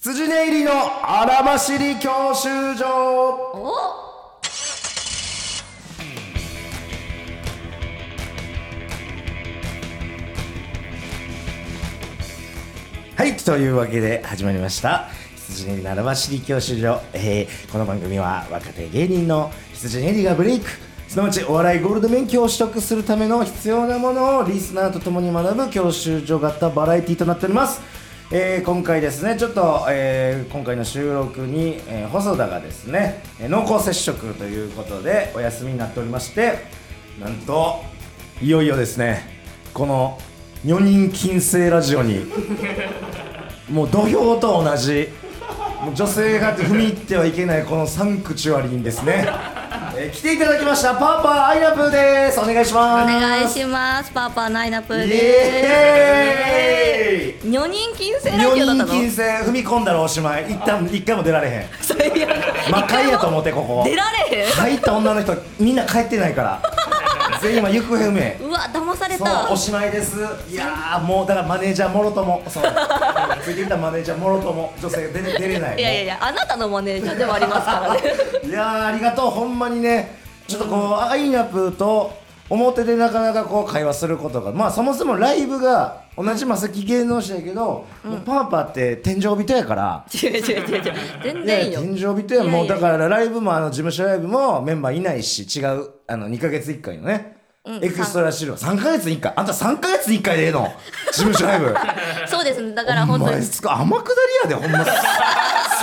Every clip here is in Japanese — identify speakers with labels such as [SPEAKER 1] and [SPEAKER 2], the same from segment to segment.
[SPEAKER 1] 羊寝入りのあらばしり教習所
[SPEAKER 2] お
[SPEAKER 1] はいというわけで始まりました羊寝入りのあらばしり教習所、えーこの番組は若手芸人の羊寝入りがブレイクすなわちお笑いゴールド免許を取得するための必要なものをリスナーと共に学ぶ教習所型バラエティとなっておりますえー今回ですねちょっと、えー今回の収録に、えー細田がですねえー濃厚接触ということでお休みになっておりましてなんといよいよですねこの4人禁制ラジオにもう土俵と同じもう女性が踏み入ってはいけないこのサンクチュアリーにです ね、えー来ていただきましたパーパーアイナプーですお願いし
[SPEAKER 2] お
[SPEAKER 1] ます
[SPEAKER 2] 願いしますパーパーナイナプー
[SPEAKER 1] イ
[SPEAKER 2] で
[SPEAKER 1] エーイ
[SPEAKER 2] す4人禁制ラ
[SPEAKER 1] 4
[SPEAKER 2] ジオだ
[SPEAKER 1] 人
[SPEAKER 2] ったの
[SPEAKER 1] 禁制踏み込んだらおしまい一旦一回も出られへん
[SPEAKER 2] 最悪
[SPEAKER 1] 魔界やと思ってここ
[SPEAKER 2] 出られへん
[SPEAKER 1] 入った女の人みんな帰ってないから 全員今行方不明
[SPEAKER 2] うわ騙され
[SPEAKER 1] そう
[SPEAKER 2] た
[SPEAKER 1] おしまいですいやーもうだからマネージャーもろともそうついてきたマネージャーもろとも女性出れ出れない
[SPEAKER 2] いやいやいやあなたのマネージャーでもあります からね
[SPEAKER 1] いやーありがとうほんまにねちょっとこう、アイナプーと表でなかなかこう会話することがまあそもそもライブが同じマセキ芸能者やけど、もうパーパーって天井人やから
[SPEAKER 2] 違う違う違う違う全
[SPEAKER 1] いや
[SPEAKER 2] 然い
[SPEAKER 1] い
[SPEAKER 2] い
[SPEAKER 1] や
[SPEAKER 2] よ
[SPEAKER 1] 天井人や
[SPEAKER 2] いやい
[SPEAKER 1] も
[SPEAKER 2] や
[SPEAKER 1] うだからライブもあの事務所ライブもメンバーいないし違うあの2ヶ月1回のね、
[SPEAKER 2] ん
[SPEAKER 1] エクストラ資料3ヶ月に1回あんた3ヶ月に1回でええの事務所ライ ブ
[SPEAKER 2] そうですねだから
[SPEAKER 1] お
[SPEAKER 2] 本当
[SPEAKER 1] 前
[SPEAKER 2] に
[SPEAKER 1] すごい天下りやでほんま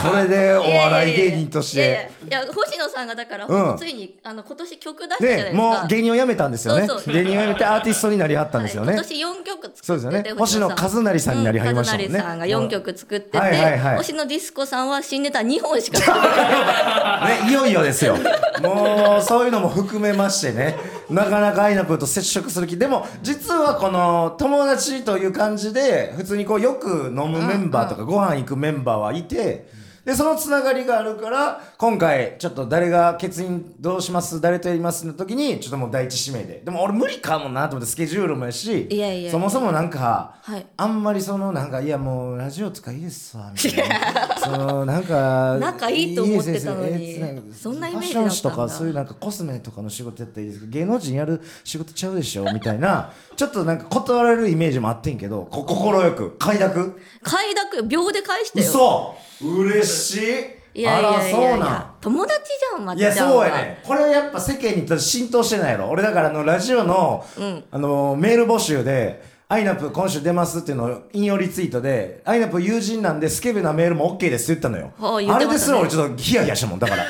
[SPEAKER 1] それでお笑い芸人とし
[SPEAKER 2] いやいや
[SPEAKER 1] て
[SPEAKER 2] いやいや星野さんがだから、
[SPEAKER 1] うん
[SPEAKER 2] ついにあの今年曲出したじゃないです
[SPEAKER 1] で
[SPEAKER 2] か
[SPEAKER 1] もう芸人を辞めたんですよね
[SPEAKER 2] そうそう
[SPEAKER 1] 芸人を辞めてアーティストになりはったんですよね、
[SPEAKER 2] はい今年4曲作ってて
[SPEAKER 1] そうですよね星野一
[SPEAKER 2] ん
[SPEAKER 1] 成さんになりはりましたもんね
[SPEAKER 2] うん一成さんが4曲作ってて、
[SPEAKER 1] はいはいはい
[SPEAKER 2] 星野ディスコさんは新ネタ2本しか作ってない
[SPEAKER 1] ね、いよいよですよ。もう、そういうのも含めましてね。なかなかアイナプーと接触する気。でも、実はこの、友達という感じで、普通にこう、よく飲むメンバーとか、ご飯行くメンバーはいて、で、そのつながりがあるから、今回、ちょっと誰が欠員どうします誰とやりますの時に、ちょっともう第一指名で。でも俺無理かもなと思って、スケジュールもやし、
[SPEAKER 2] いやいやいや
[SPEAKER 1] そもそもなんか、
[SPEAKER 2] はい
[SPEAKER 1] あんまりその、なんか、いやもう、ラジオとかいいですわ、みたいな。その、なんか、
[SPEAKER 2] 仲いいと思ってたのに
[SPEAKER 1] いいですね
[SPEAKER 2] そんなイメージ
[SPEAKER 1] フ
[SPEAKER 2] だ
[SPEAKER 1] ァ
[SPEAKER 2] ったんだ
[SPEAKER 1] ッション誌とかそういうなんかコスメとかの仕事やったらいいですけど芸能人やる仕事ちゃうでしょみたいなちょっとなんか断られるイメージもあってんけどこ快く快諾
[SPEAKER 2] 快諾秒で返してよ
[SPEAKER 1] 嘘嬉しい
[SPEAKER 2] いやいやいやいや
[SPEAKER 1] あらそうなん
[SPEAKER 2] 友達じゃんまっ
[SPEAKER 1] い
[SPEAKER 2] ちゃ
[SPEAKER 1] や
[SPEAKER 2] ん
[SPEAKER 1] そうやねこれやっぱ世間に浸透してないやろ俺だからあのラジオの、
[SPEAKER 2] ん
[SPEAKER 1] あのメール募集で「アイナップ今週出ます」っていうのを引用リツイートで「アイナップ友人なんでスケベなメールも OK です」って言ったのよ、
[SPEAKER 2] はあ言
[SPEAKER 1] あ
[SPEAKER 2] って
[SPEAKER 1] れ
[SPEAKER 2] ま
[SPEAKER 1] で
[SPEAKER 2] した
[SPEAKER 1] す
[SPEAKER 2] ね
[SPEAKER 1] ら俺ちょっとヒヤヒヤしたもんだから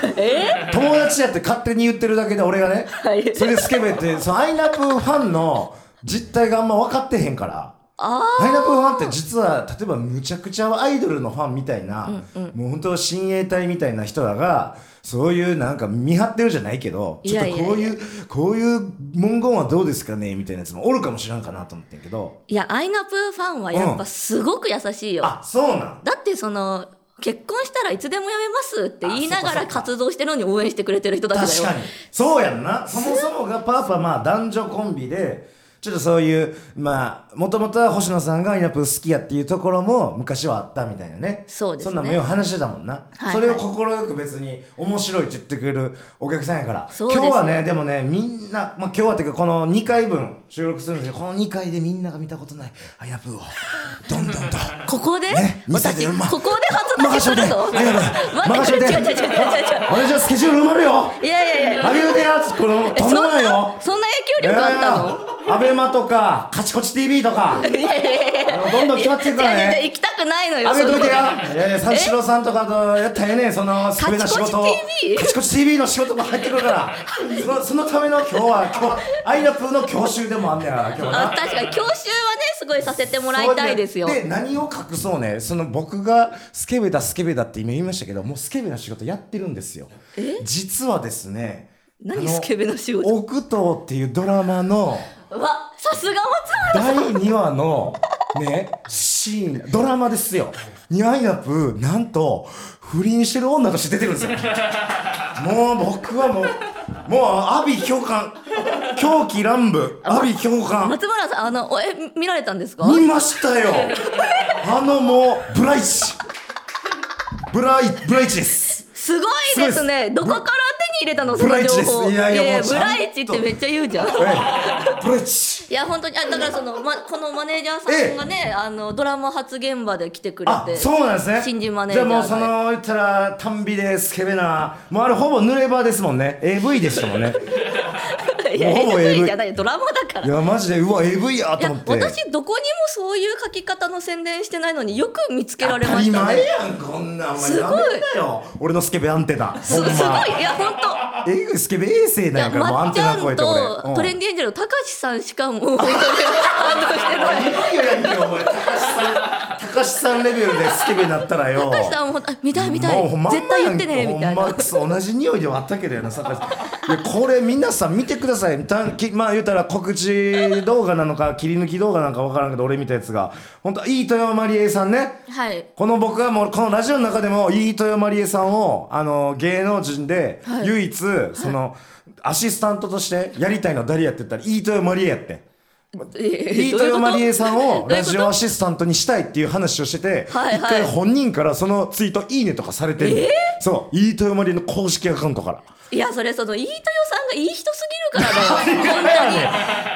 [SPEAKER 1] 友達やって勝手に言ってるだけで俺がね、
[SPEAKER 2] はい
[SPEAKER 1] それでスケベってそのアイナップファンの実態があんま分かってへんから
[SPEAKER 2] あ
[SPEAKER 1] パイナップルファンって実は例えばむちゃくちゃアイドルのファンみたいな、もう本当親衛隊みたいな人らがそういうなんか見張ってるじゃないけど
[SPEAKER 2] い
[SPEAKER 1] ちょっ
[SPEAKER 2] や
[SPEAKER 1] と
[SPEAKER 2] いやいや
[SPEAKER 1] こういうこういう文言はどうですかねみたいなやつもおるかもしらんかなと思ってんけど
[SPEAKER 2] いやアイナプーファンはやっぱすごく優しいよ、
[SPEAKER 1] あそうなん
[SPEAKER 2] だってその結婚したらいつでもやめますって言いなが
[SPEAKER 1] あそ
[SPEAKER 2] ら
[SPEAKER 1] うかそうか
[SPEAKER 2] 活動してるのに応援してくれてる人たち
[SPEAKER 1] 確か
[SPEAKER 2] だよ
[SPEAKER 1] にそうやんなそもそもがパーパーまあ男女コンビでちょっとそういうまあもともとは星野さんがアイナップル好きやっていうところも昔はあったみたいなね
[SPEAKER 2] そうですね
[SPEAKER 1] んな目を離してたもんな、
[SPEAKER 2] はい
[SPEAKER 1] それを快く別に面白いって言ってくれるお客さんやから
[SPEAKER 2] そう
[SPEAKER 1] 今日
[SPEAKER 2] ですよ
[SPEAKER 1] はねでもねみんな、まあ、今日はっていうかこの2回分収録するんですけどこの2回でみんなが見たことないアイナップルをど んどんと。
[SPEAKER 2] ここで、
[SPEAKER 1] ね見せて
[SPEAKER 2] 私
[SPEAKER 1] る
[SPEAKER 2] こ
[SPEAKER 1] ま
[SPEAKER 2] こで初出しす るぞ
[SPEAKER 1] 任しといてありがとう任しとい
[SPEAKER 2] 待って
[SPEAKER 1] て
[SPEAKER 2] 違う違う違う違う違う
[SPEAKER 1] 俺じゃあスケジュール埋まるよ
[SPEAKER 2] いやいやいや
[SPEAKER 1] あげるでやつこの
[SPEAKER 2] え
[SPEAKER 1] とんでもないよ
[SPEAKER 2] そんな影響力あったの
[SPEAKER 1] のアベマとかカチコチ TV とか
[SPEAKER 2] いやいやいやいや
[SPEAKER 1] あのどんどん決まっていくから
[SPEAKER 2] 違う違う違う
[SPEAKER 1] ね
[SPEAKER 2] 行きたくないのよ
[SPEAKER 1] あげといてよい
[SPEAKER 2] その
[SPEAKER 1] やいや三四郎さんとかとやったらええねんそのスな仕事を
[SPEAKER 2] カチコチ TV
[SPEAKER 1] カチコチ TV の仕事も入ってくるからそのそのための今日は今日アイナプーの教習でもあんねやから今日な
[SPEAKER 2] あ確かに教習はねすごいさせてもらいたいですよ
[SPEAKER 1] そうねで何を隠そうねその僕がスケベだスケベだって今言いましたけどもうスケベな仕事やってるんですよ実はですね
[SPEAKER 2] 何
[SPEAKER 1] あの
[SPEAKER 2] スケベの仕事
[SPEAKER 1] 奥藤っていうドラマの
[SPEAKER 2] うわさすが松原
[SPEAKER 1] 第2話のねシーンドラマですよニワイナプなんと不倫してる女として出てるんですよもう僕はもうもう阿鼻共感狂気乱舞阿鼻共感
[SPEAKER 2] 松原さんあのおえ見られたんですか
[SPEAKER 1] 見ましたよあのもうブライチブライブライチです
[SPEAKER 2] すごいですねどこから手に入れたのそ
[SPEAKER 1] ブラ
[SPEAKER 2] の
[SPEAKER 1] イチ
[SPEAKER 2] 情
[SPEAKER 1] です
[SPEAKER 2] 報
[SPEAKER 1] いやいやもう
[SPEAKER 2] ブライチっ
[SPEAKER 1] ちゃんと
[SPEAKER 2] てめっちゃ言うじゃん
[SPEAKER 1] ええブライチ
[SPEAKER 2] いや本当にあだからその、ま、このマネージャーさんがね、あのドラマ初現場で来てくれ
[SPEAKER 1] あ
[SPEAKER 2] て
[SPEAKER 1] そうなんですね
[SPEAKER 2] 新人マネー
[SPEAKER 1] じ
[SPEAKER 2] ジ
[SPEAKER 1] ゃあも
[SPEAKER 2] ャーが
[SPEAKER 1] うその言ったら短美でスケベなもうあれほぼ濡れ場ですもんね AV でしたもん ね
[SPEAKER 2] いや
[SPEAKER 1] もうほぼ AV
[SPEAKER 2] AV じゃないドラマだから
[SPEAKER 1] いやマジでうわ AV や
[SPEAKER 2] い
[SPEAKER 1] と
[SPEAKER 2] や
[SPEAKER 1] 思って
[SPEAKER 2] 私どこにもそういう書き方の宣伝してないのによく見つけられ
[SPEAKER 1] 当
[SPEAKER 2] ま
[SPEAKER 1] たり
[SPEAKER 2] した
[SPEAKER 1] 前
[SPEAKER 2] ね
[SPEAKER 1] やんこんなんお前
[SPEAKER 2] すごい
[SPEAKER 1] やめんなよ俺のスケベアンテナ
[SPEAKER 2] す
[SPEAKER 1] ほ
[SPEAKER 2] すご
[SPEAKER 1] ん
[SPEAKER 2] い
[SPEAKER 1] ま
[SPEAKER 2] いや本当
[SPEAKER 1] えぐいスケベ衛星な
[SPEAKER 2] い
[SPEAKER 1] ん
[SPEAKER 2] や
[SPEAKER 1] やからもうア
[SPEAKER 2] ま
[SPEAKER 1] ン
[SPEAKER 2] っち
[SPEAKER 1] テ
[SPEAKER 2] ゃ
[SPEAKER 1] ナ
[SPEAKER 2] ん
[SPEAKER 1] 超えて俺
[SPEAKER 2] とトレ
[SPEAKER 1] うん
[SPEAKER 2] ンディエンジェルのたかしさんしかもう本当に感動して ない
[SPEAKER 1] いやいやいやお前高橋さん高橋さんレベルでスケベになったらよ
[SPEAKER 2] たかしさんもほんとあ見たい見た
[SPEAKER 1] もう
[SPEAKER 2] い
[SPEAKER 1] ほんま
[SPEAKER 2] 絶対言ってね
[SPEAKER 1] ほんま
[SPEAKER 2] みたいな
[SPEAKER 1] ほんまクソ同じ匂いではあったけどやな坂井さんいやこれ皆さん見てくださいたきまあ言うたら告知動画なのか切り抜き動画なんか分からんけど俺見たやつが本当いい豊まりえさんね
[SPEAKER 2] はい
[SPEAKER 1] この僕はもうこのラジオの中でも飯豊まりえさんをあの芸能人で
[SPEAKER 2] はい
[SPEAKER 1] 唯一、そのアシスタントとしてやりたいのは誰やって言ったら飯豊まりえやって飯
[SPEAKER 2] 飯
[SPEAKER 1] 豊まりえさんをラジオア
[SPEAKER 2] シ
[SPEAKER 1] シスタントにしたいっていう話をしてて一
[SPEAKER 2] はいはい
[SPEAKER 1] 回本人からそのツイート「いいね」とかされてる、そう飯豊まりえの公式アカウントから。
[SPEAKER 2] いやそれその飯豊さんがいい人すぎ るからだ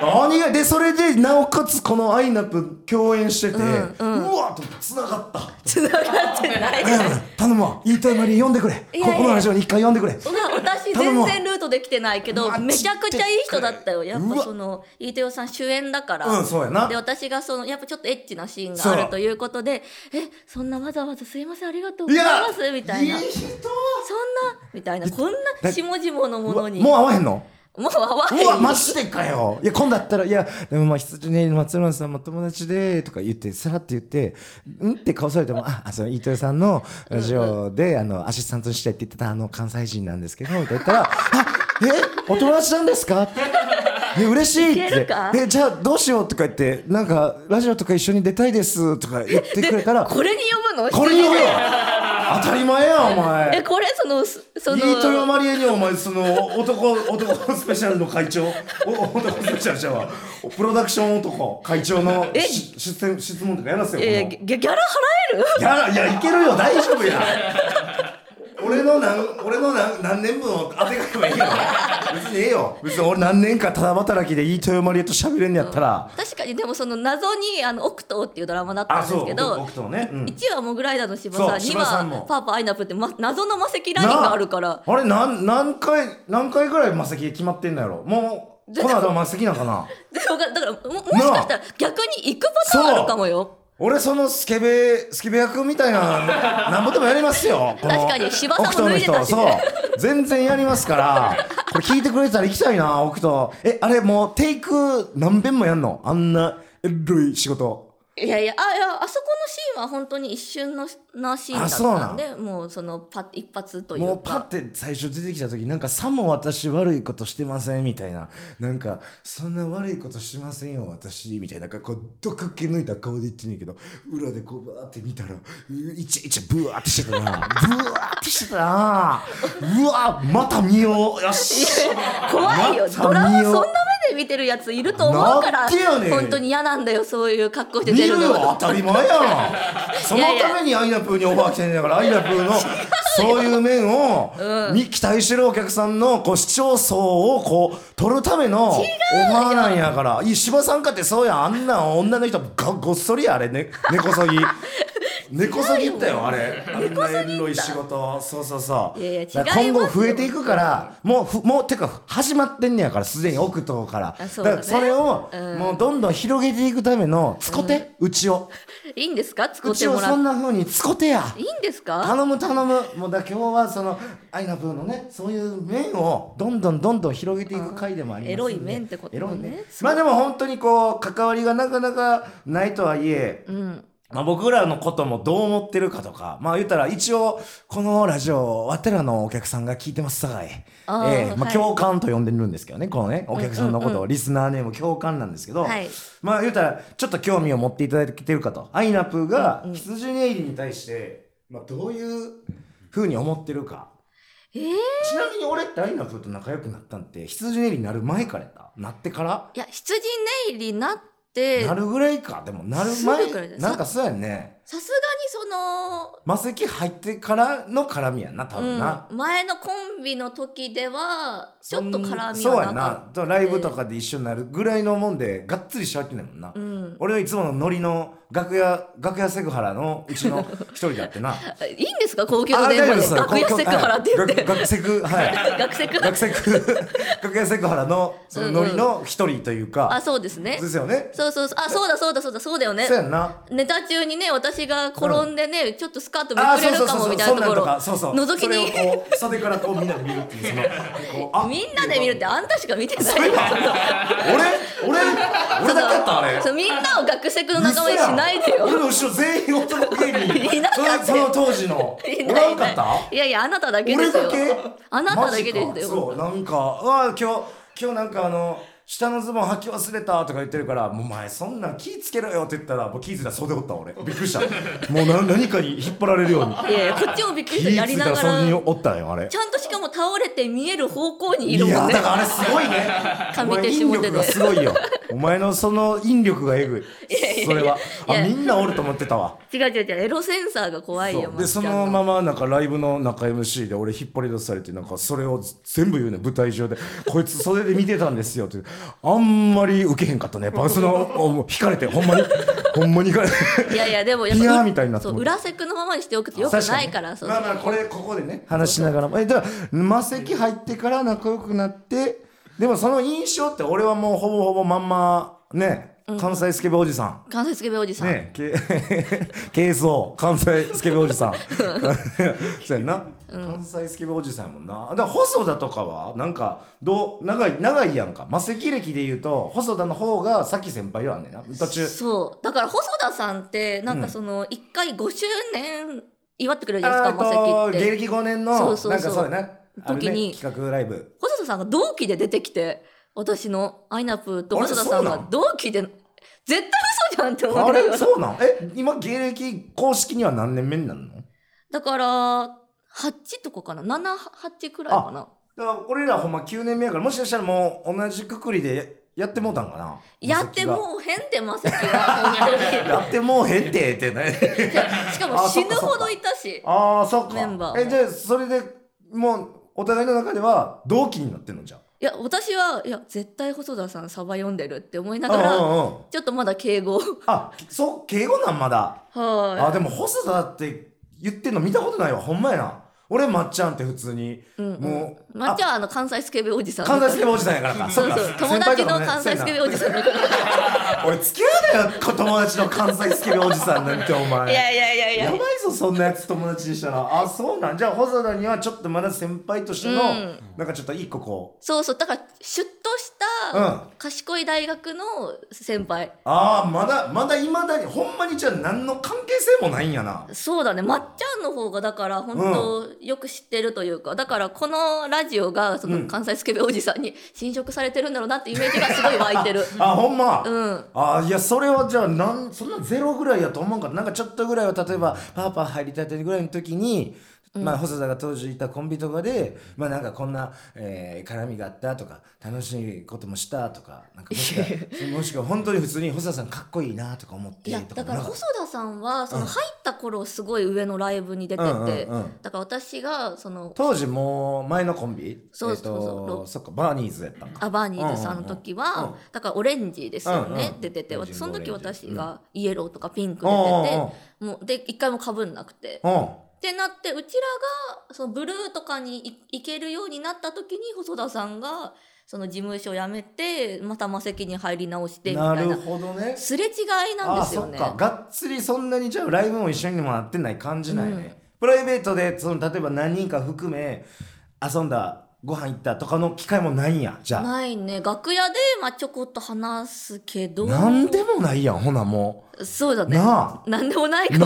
[SPEAKER 2] よ本当
[SPEAKER 1] 何
[SPEAKER 2] に
[SPEAKER 1] がでそれでなおかつこのアイナと共演してて、うん
[SPEAKER 2] うん
[SPEAKER 1] わっとつながった
[SPEAKER 2] つながってない
[SPEAKER 1] 綾原頼むわ飯豊まりえ呼んでくれ
[SPEAKER 2] いやいや
[SPEAKER 1] ここのラジオに一回呼んでくれ
[SPEAKER 2] うわ私
[SPEAKER 1] 頼む
[SPEAKER 2] 全
[SPEAKER 1] わ
[SPEAKER 2] 然ルートできてないけど
[SPEAKER 1] マジで
[SPEAKER 2] めちゃくちゃいい人だったよやっ
[SPEAKER 1] うわ
[SPEAKER 2] ぱその飯豊さん主演だから、
[SPEAKER 1] うんそうやな
[SPEAKER 2] で私がそのやっぱちょっとエッチなシーン
[SPEAKER 1] そ
[SPEAKER 2] が
[SPEAKER 1] う
[SPEAKER 2] あるということでえそんなわざわざすいませんありがとうご
[SPEAKER 1] い
[SPEAKER 2] ざい
[SPEAKER 1] や
[SPEAKER 2] ますみたいなそん
[SPEAKER 1] い
[SPEAKER 2] な
[SPEAKER 1] 人
[SPEAKER 2] みたいなこんな下々のも
[SPEAKER 1] う
[SPEAKER 2] の
[SPEAKER 1] わ
[SPEAKER 2] に
[SPEAKER 1] もう会わへんの
[SPEAKER 2] もう合わ
[SPEAKER 1] うわ
[SPEAKER 2] へん
[SPEAKER 1] マジでかよいや今度だったら「いやでもまあ羊ね松村さんも友達で」とか言ってさらって言って「うん?」って顔されても「ああその伊藤さんのラジオであのアシスタントしてって言ってたあの関西人なんですけど」みたいな言ったら「あえお友達なんですか?」ってえ嬉しいっ
[SPEAKER 2] いけ
[SPEAKER 1] て
[SPEAKER 2] るか
[SPEAKER 1] えじゃあどうしようとか言ってなんかラジオとか一緒に出たいですとか言ってくれたらこ
[SPEAKER 2] これに呼ぶの
[SPEAKER 1] れによ当たり前やお前
[SPEAKER 2] えこれそのすそ
[SPEAKER 1] 飯
[SPEAKER 2] の
[SPEAKER 1] 豊まりえにお前そ の男男スペシャルの会長お男スペシャルじゃんわプロダクション男会長の
[SPEAKER 2] え
[SPEAKER 1] し出演質問とかやらせよ、
[SPEAKER 2] えー
[SPEAKER 1] この
[SPEAKER 2] ギャギャラ払える
[SPEAKER 1] やらいやいけるよ大丈夫や俺のなん俺のなん何年分を当てかけばいいよ別にええよ別に俺何年かただ働きで飯豊まりえと喋れんのやったら、
[SPEAKER 2] 確かにでもその謎に「あのオクトー」っていうドラマだった
[SPEAKER 1] あ
[SPEAKER 2] んです
[SPEAKER 1] そう
[SPEAKER 2] けど
[SPEAKER 1] 僕とね、うん
[SPEAKER 2] 1はモグライダーの柴
[SPEAKER 1] そ
[SPEAKER 2] さ
[SPEAKER 1] うん
[SPEAKER 2] 2
[SPEAKER 1] 柴さんも
[SPEAKER 2] はパーパーアイナプーって、ま、謎の魔石ラインがあるから
[SPEAKER 1] なあれなん何回何回ぐらいマセキ決まってんのやろもうこの間マセキなんかな
[SPEAKER 2] でわかだからももしかしたら逆に行くパターンあるかもよ
[SPEAKER 1] 俺そのスケベスケベ役みたいななんぼでもやりますよこの
[SPEAKER 2] 確かに柴田も
[SPEAKER 1] 奥斗の人
[SPEAKER 2] 脱いでたしね
[SPEAKER 1] そう全然やりますからこれ聞いてくれてたら行きたいな奥斗えあれもうテイク何遍もやんのあんなエロい仕事
[SPEAKER 2] いやいやあいやあそこのシーンは本当に一瞬のなシーンだったんでもうそのパ一発とい
[SPEAKER 1] もう
[SPEAKER 2] う
[SPEAKER 1] パッ
[SPEAKER 2] か
[SPEAKER 1] て最初出てきた時なんかさも私悪いことしてませんみたいななんかそんな悪いことしてませんよ私みたいなこう毒気抜いた顔で言ってんねんけど裏でこうバーって見たらういちいちブワーってしてたなブワーってしてたなうわまた見ようよし
[SPEAKER 2] 怖いよ
[SPEAKER 1] また
[SPEAKER 2] ドラマ
[SPEAKER 1] 見よ
[SPEAKER 2] そ
[SPEAKER 1] うん
[SPEAKER 2] な目で見てるやついると思うから
[SPEAKER 1] なんてやねん
[SPEAKER 2] 本当に嫌なんだよそういう格好して
[SPEAKER 1] 見
[SPEAKER 2] 出
[SPEAKER 1] る
[SPEAKER 2] るの
[SPEAKER 1] よ当たり 前やんその
[SPEAKER 2] いやいや
[SPEAKER 1] ためにアイナプーにオファー来てんねん からアイナプーのそういう面を、に期待してるお客さんのこう視聴層をこう取るためのオファーなんやからいい芝さんかってそうやんあんなん女の人がごっそりやあれね根こ そぎ根こそぎったよあれあんなエロい仕事そうそうそう
[SPEAKER 2] いやいや違います
[SPEAKER 1] だ
[SPEAKER 2] よ
[SPEAKER 1] から今後増えていくからもうふもうてか始まってんねやからすでに奥とから
[SPEAKER 2] あそう
[SPEAKER 1] だ
[SPEAKER 2] だ
[SPEAKER 1] か
[SPEAKER 2] ね
[SPEAKER 1] らそれを、
[SPEAKER 2] うん
[SPEAKER 1] もうどんどん広げていくためのつこて、うちを
[SPEAKER 2] いいんですか使
[SPEAKER 1] う
[SPEAKER 2] って
[SPEAKER 1] ち
[SPEAKER 2] も
[SPEAKER 1] を
[SPEAKER 2] ら
[SPEAKER 1] そん
[SPEAKER 2] って
[SPEAKER 1] な風につこてや
[SPEAKER 2] いいんですか
[SPEAKER 1] 頼む頼むもうだから今日はそのアイナプーのねそういう面をどんどんどんどん広げていく回でもありますんで
[SPEAKER 2] エロい面ってことね
[SPEAKER 1] エロいね
[SPEAKER 2] そう
[SPEAKER 1] まあでも本当にこう関わりがなかなかないとはいえ
[SPEAKER 2] うん
[SPEAKER 1] まあ、僕らのこともどう思ってるかとか、まあ言ったら一応、このラジオ、わてらのお客さんが聞いてますさかい。え
[SPEAKER 2] あー
[SPEAKER 1] えまあ
[SPEAKER 2] はい
[SPEAKER 1] 共感と呼んでるんですけどね、このね、お客さんのことを、
[SPEAKER 2] うんうん
[SPEAKER 1] リスナーネーム共感なんですけど、
[SPEAKER 2] はい
[SPEAKER 1] まあ言ったら、ちょっと興味を持っていただいてるかと。アイナプーが羊ネイリに対して、まあどういうふうに思ってるか。
[SPEAKER 2] えー
[SPEAKER 1] ちなみに俺ってアイナプーと仲良くなったんって、羊ネイリになる前からやったなってから
[SPEAKER 2] いや羊ネイリになって
[SPEAKER 1] なるぐらいか。でもなる
[SPEAKER 2] す
[SPEAKER 1] 前
[SPEAKER 2] ぐくらいで、す
[SPEAKER 1] なんかそうやんね。
[SPEAKER 2] さすがにその
[SPEAKER 1] マセキ入ってからの絡みやな多分な、
[SPEAKER 2] うん、前のコンビの時ではちょっと絡みはなかった
[SPEAKER 1] そうやなとライブとかで一緒になるぐらいのもんでがっつりしたわけないもんな、
[SPEAKER 2] うん
[SPEAKER 1] 俺はいつものノリの楽屋楽屋セクハラのうちの一人だってな
[SPEAKER 2] いいんですか公共の電波で楽屋セクハラって言っ
[SPEAKER 1] 学
[SPEAKER 2] て
[SPEAKER 1] 学セクはい
[SPEAKER 2] 学生
[SPEAKER 1] 学セク楽屋セクハラのそのノリの一人というか、
[SPEAKER 2] あそうですね
[SPEAKER 1] ですよね
[SPEAKER 2] そうそうそうあそうだそうだそうだそうだよね
[SPEAKER 1] そうやんな
[SPEAKER 2] ネタ中にね私が転んでね、ちょっとスカートめくれるかもみたいなところ
[SPEAKER 1] あそうそうそうそうそんなんとかそうそう
[SPEAKER 2] 覗きに
[SPEAKER 1] それをこう袖からこうみんなで見るっていう そのこうあ
[SPEAKER 2] みんなで見るってあんたしか見てない
[SPEAKER 1] 俺
[SPEAKER 2] よ
[SPEAKER 1] 俺俺だけやったあれ
[SPEAKER 2] そうみんなを学生の仲間にしないでよ
[SPEAKER 1] 俺の後ろ全員男芸人
[SPEAKER 2] いなかったよ
[SPEAKER 1] そのその当時の
[SPEAKER 2] い
[SPEAKER 1] お
[SPEAKER 2] な
[SPEAKER 1] ら
[SPEAKER 2] い
[SPEAKER 1] んかった
[SPEAKER 2] いやいやあなただけで
[SPEAKER 1] 俺
[SPEAKER 2] すよ
[SPEAKER 1] だけ
[SPEAKER 2] あなただ
[SPEAKER 1] マ
[SPEAKER 2] け
[SPEAKER 1] ジ
[SPEAKER 2] で
[SPEAKER 1] か
[SPEAKER 2] す
[SPEAKER 1] そ
[SPEAKER 2] よ
[SPEAKER 1] うなんかうわ今日今日なんかあの下のズボン履き忘れたとか言ってるから「もうお前そんなん気ぃつけろよ」って言ったらもう気ぃついたら袖おった俺びっくり したもうな何かに引っ張られるように
[SPEAKER 2] いやいやこっちもびっく
[SPEAKER 1] 気
[SPEAKER 2] り
[SPEAKER 1] ぃつ
[SPEAKER 2] して
[SPEAKER 1] い
[SPEAKER 2] や
[SPEAKER 1] た
[SPEAKER 2] りな
[SPEAKER 1] ら
[SPEAKER 2] が
[SPEAKER 1] 袖に
[SPEAKER 2] ら
[SPEAKER 1] おったんよあれ
[SPEAKER 2] ちゃんとしかも倒れて見える方向にい
[SPEAKER 1] い
[SPEAKER 2] るも
[SPEAKER 1] やだ
[SPEAKER 2] んね
[SPEAKER 1] からあれすごいね
[SPEAKER 2] 上
[SPEAKER 1] お前
[SPEAKER 2] 手下手
[SPEAKER 1] 引力がすごいよお前のその引力がえぐいそれはいあ
[SPEAKER 2] や
[SPEAKER 1] みんなおると思ってたわ
[SPEAKER 2] 違う違う違うエロセンサーが怖いよ
[SPEAKER 1] そう
[SPEAKER 2] まっ
[SPEAKER 1] で
[SPEAKER 2] ち
[SPEAKER 1] そ
[SPEAKER 2] ゃん
[SPEAKER 1] のままなんかライブの中 MC で俺引っ張り出されてなんかそれを全部言うね舞台上で「こいつ袖で見てたんですよ」ってあんまり受けへんかったねやっぱそのおもう引かれてほんまにほんまに引かれて
[SPEAKER 2] いやいやでもやっ
[SPEAKER 1] ビヤー
[SPEAKER 2] ぱ
[SPEAKER 1] みたいになって
[SPEAKER 2] そう
[SPEAKER 1] もう
[SPEAKER 2] 裏セクのままにしておくとよくないからそう
[SPEAKER 1] まあまあこれここでね話しながらもえだから魔石入ってから仲良くなってでもその印象って俺はもうほぼほぼまんまね関西スケベおじさん、
[SPEAKER 2] 関西スケベおじさん、
[SPEAKER 1] ねえ、 け KSO 関西スケベおじさんそうやんな、関西スケベおじさんやもんなだから細田とかはなんかどう長い長いやんかマセキ歴で言うと細田の方がさっき先輩ではあんねんな途中
[SPEAKER 2] そうだから細田さんってなんかその一回5周年祝ってくれるじゃない
[SPEAKER 1] あーえ
[SPEAKER 2] です
[SPEAKER 1] っ
[SPEAKER 2] かマ
[SPEAKER 1] と
[SPEAKER 2] セキっ
[SPEAKER 1] 芸
[SPEAKER 2] て
[SPEAKER 1] 歴5年の
[SPEAKER 2] そうそうそう
[SPEAKER 1] なんかそうやなあるね
[SPEAKER 2] 時に
[SPEAKER 1] 企画ライ ブ
[SPEAKER 2] 細田さんが同期で出てきて私のアイナプーと
[SPEAKER 1] あれ
[SPEAKER 2] 細田さん
[SPEAKER 1] そうな
[SPEAKER 2] が
[SPEAKER 1] ん
[SPEAKER 2] 同期で絶対嘘じゃんって思
[SPEAKER 1] あ
[SPEAKER 2] ってる
[SPEAKER 1] れそうなんえ今芸歴公式には何年目になるの
[SPEAKER 2] だから8とかかな78くらいかな
[SPEAKER 1] だから俺らほんま9年目やからもしかしたらもう同じくくりでやってもうたんかな
[SPEAKER 2] やっ
[SPEAKER 1] マセキ
[SPEAKER 2] て
[SPEAKER 1] が
[SPEAKER 2] もう変でマセキは 本
[SPEAKER 1] やってもうへんてってね
[SPEAKER 2] 当にしかも
[SPEAKER 1] あそ
[SPEAKER 2] 死
[SPEAKER 1] っか
[SPEAKER 2] ぬほどいたし
[SPEAKER 1] ああそっか
[SPEAKER 2] メンバーも
[SPEAKER 1] えじゃあそれでもうお互いの中では同期になってんのじゃ
[SPEAKER 2] いや私はいや絶対細田さんサバ読んでるって思いな
[SPEAKER 1] あ
[SPEAKER 2] が
[SPEAKER 1] うん
[SPEAKER 2] ら
[SPEAKER 1] うんうん
[SPEAKER 2] ちょっとまだ敬語
[SPEAKER 1] あそう敬語なんまだ
[SPEAKER 2] はい
[SPEAKER 1] あでも細田って言ってんの見たことないわほんまやな俺まっちゃんって普通に
[SPEAKER 2] うん
[SPEAKER 1] もう
[SPEAKER 2] うん、まっちゃんはあの関西スケベおじさん
[SPEAKER 1] 関西スケベおじさんやからか
[SPEAKER 2] そう
[SPEAKER 1] っか
[SPEAKER 2] そう友
[SPEAKER 1] 先輩
[SPEAKER 2] 達
[SPEAKER 1] とか
[SPEAKER 2] の
[SPEAKER 1] ね
[SPEAKER 2] 関西スケベ
[SPEAKER 1] そう
[SPEAKER 2] おじさんだから
[SPEAKER 1] やな俺付き合うなよ友達の関西スケベおじさんなんてお前
[SPEAKER 2] いやいやいやい
[SPEAKER 1] や
[SPEAKER 2] や
[SPEAKER 1] ばいぞそんなやつ友達にしたらあそうなんじゃあ細田にはちょっとまだ先輩としての、
[SPEAKER 2] うん
[SPEAKER 1] なんかちょっと一個こう
[SPEAKER 2] そうそうだからシュッとし
[SPEAKER 1] う
[SPEAKER 2] た賢い大学の先輩、
[SPEAKER 1] ああまだまだいまだにほんまにじゃあ何の関係性もないんやな
[SPEAKER 2] そうだねまっちゃんの方がだから本当よく知ってるというか、だからこのラジオがそ
[SPEAKER 1] うん
[SPEAKER 2] の関西スケベおじさんに侵食されてるんだろうなってイメージがすごい湧い てる
[SPEAKER 1] あほんま、
[SPEAKER 2] うん
[SPEAKER 1] あいやそれはじゃあなんそんなゼロぐらいやと思うんかなんかちょっとぐらいは例えばパーパー入りたてぐらいの時に、まあ細田が当時いたコンビとかでまあなんかこんな、えー絡みがあったとか楽しいこともしたとかなんかもしくはもしくは本当に普通に細田さんかっこいいなとか思って
[SPEAKER 2] いや
[SPEAKER 1] と
[SPEAKER 2] だから
[SPEAKER 1] なん
[SPEAKER 2] 細田さんはそ
[SPEAKER 1] うん
[SPEAKER 2] の入った頃すごい上のライブに出てて、
[SPEAKER 1] うんうんうん
[SPEAKER 2] だから私がその
[SPEAKER 1] 当時もう前のコンビ
[SPEAKER 2] そうそうそう
[SPEAKER 1] えーとそっかバーニーズやったんか
[SPEAKER 2] アバーニーズさんの時は、
[SPEAKER 1] うんうんうん
[SPEAKER 2] だからオレンジですよね、
[SPEAKER 1] うんうん
[SPEAKER 2] 出てて
[SPEAKER 1] オレンジ
[SPEAKER 2] その時
[SPEAKER 1] オレンジ
[SPEAKER 2] 私がイエローとかピンク
[SPEAKER 1] う
[SPEAKER 2] 出て
[SPEAKER 1] ん
[SPEAKER 2] て、
[SPEAKER 1] うん
[SPEAKER 2] もうで一回もかぶんなくて。
[SPEAKER 1] うんうん
[SPEAKER 2] ってなってうちらがそのブルーとかにい行けるようになった時に細田さんがその事務所辞めてまた魔石に入り直してみ
[SPEAKER 1] な
[SPEAKER 2] た
[SPEAKER 1] いる
[SPEAKER 2] な
[SPEAKER 1] ほどね
[SPEAKER 2] すれ違いなんですよね。
[SPEAKER 1] あそっかがっつりそんなにじゃあライブも一緒にもなってない感じないね、
[SPEAKER 2] うん
[SPEAKER 1] プライベートでその例えば何人か含め遊んだご飯行ったとかの機会もないんやじゃあ
[SPEAKER 2] ないね楽屋で、まあ、ちょこっと話すけど
[SPEAKER 1] なんでもないやんほなも
[SPEAKER 2] そうだね
[SPEAKER 1] な
[SPEAKER 2] なんでもないかも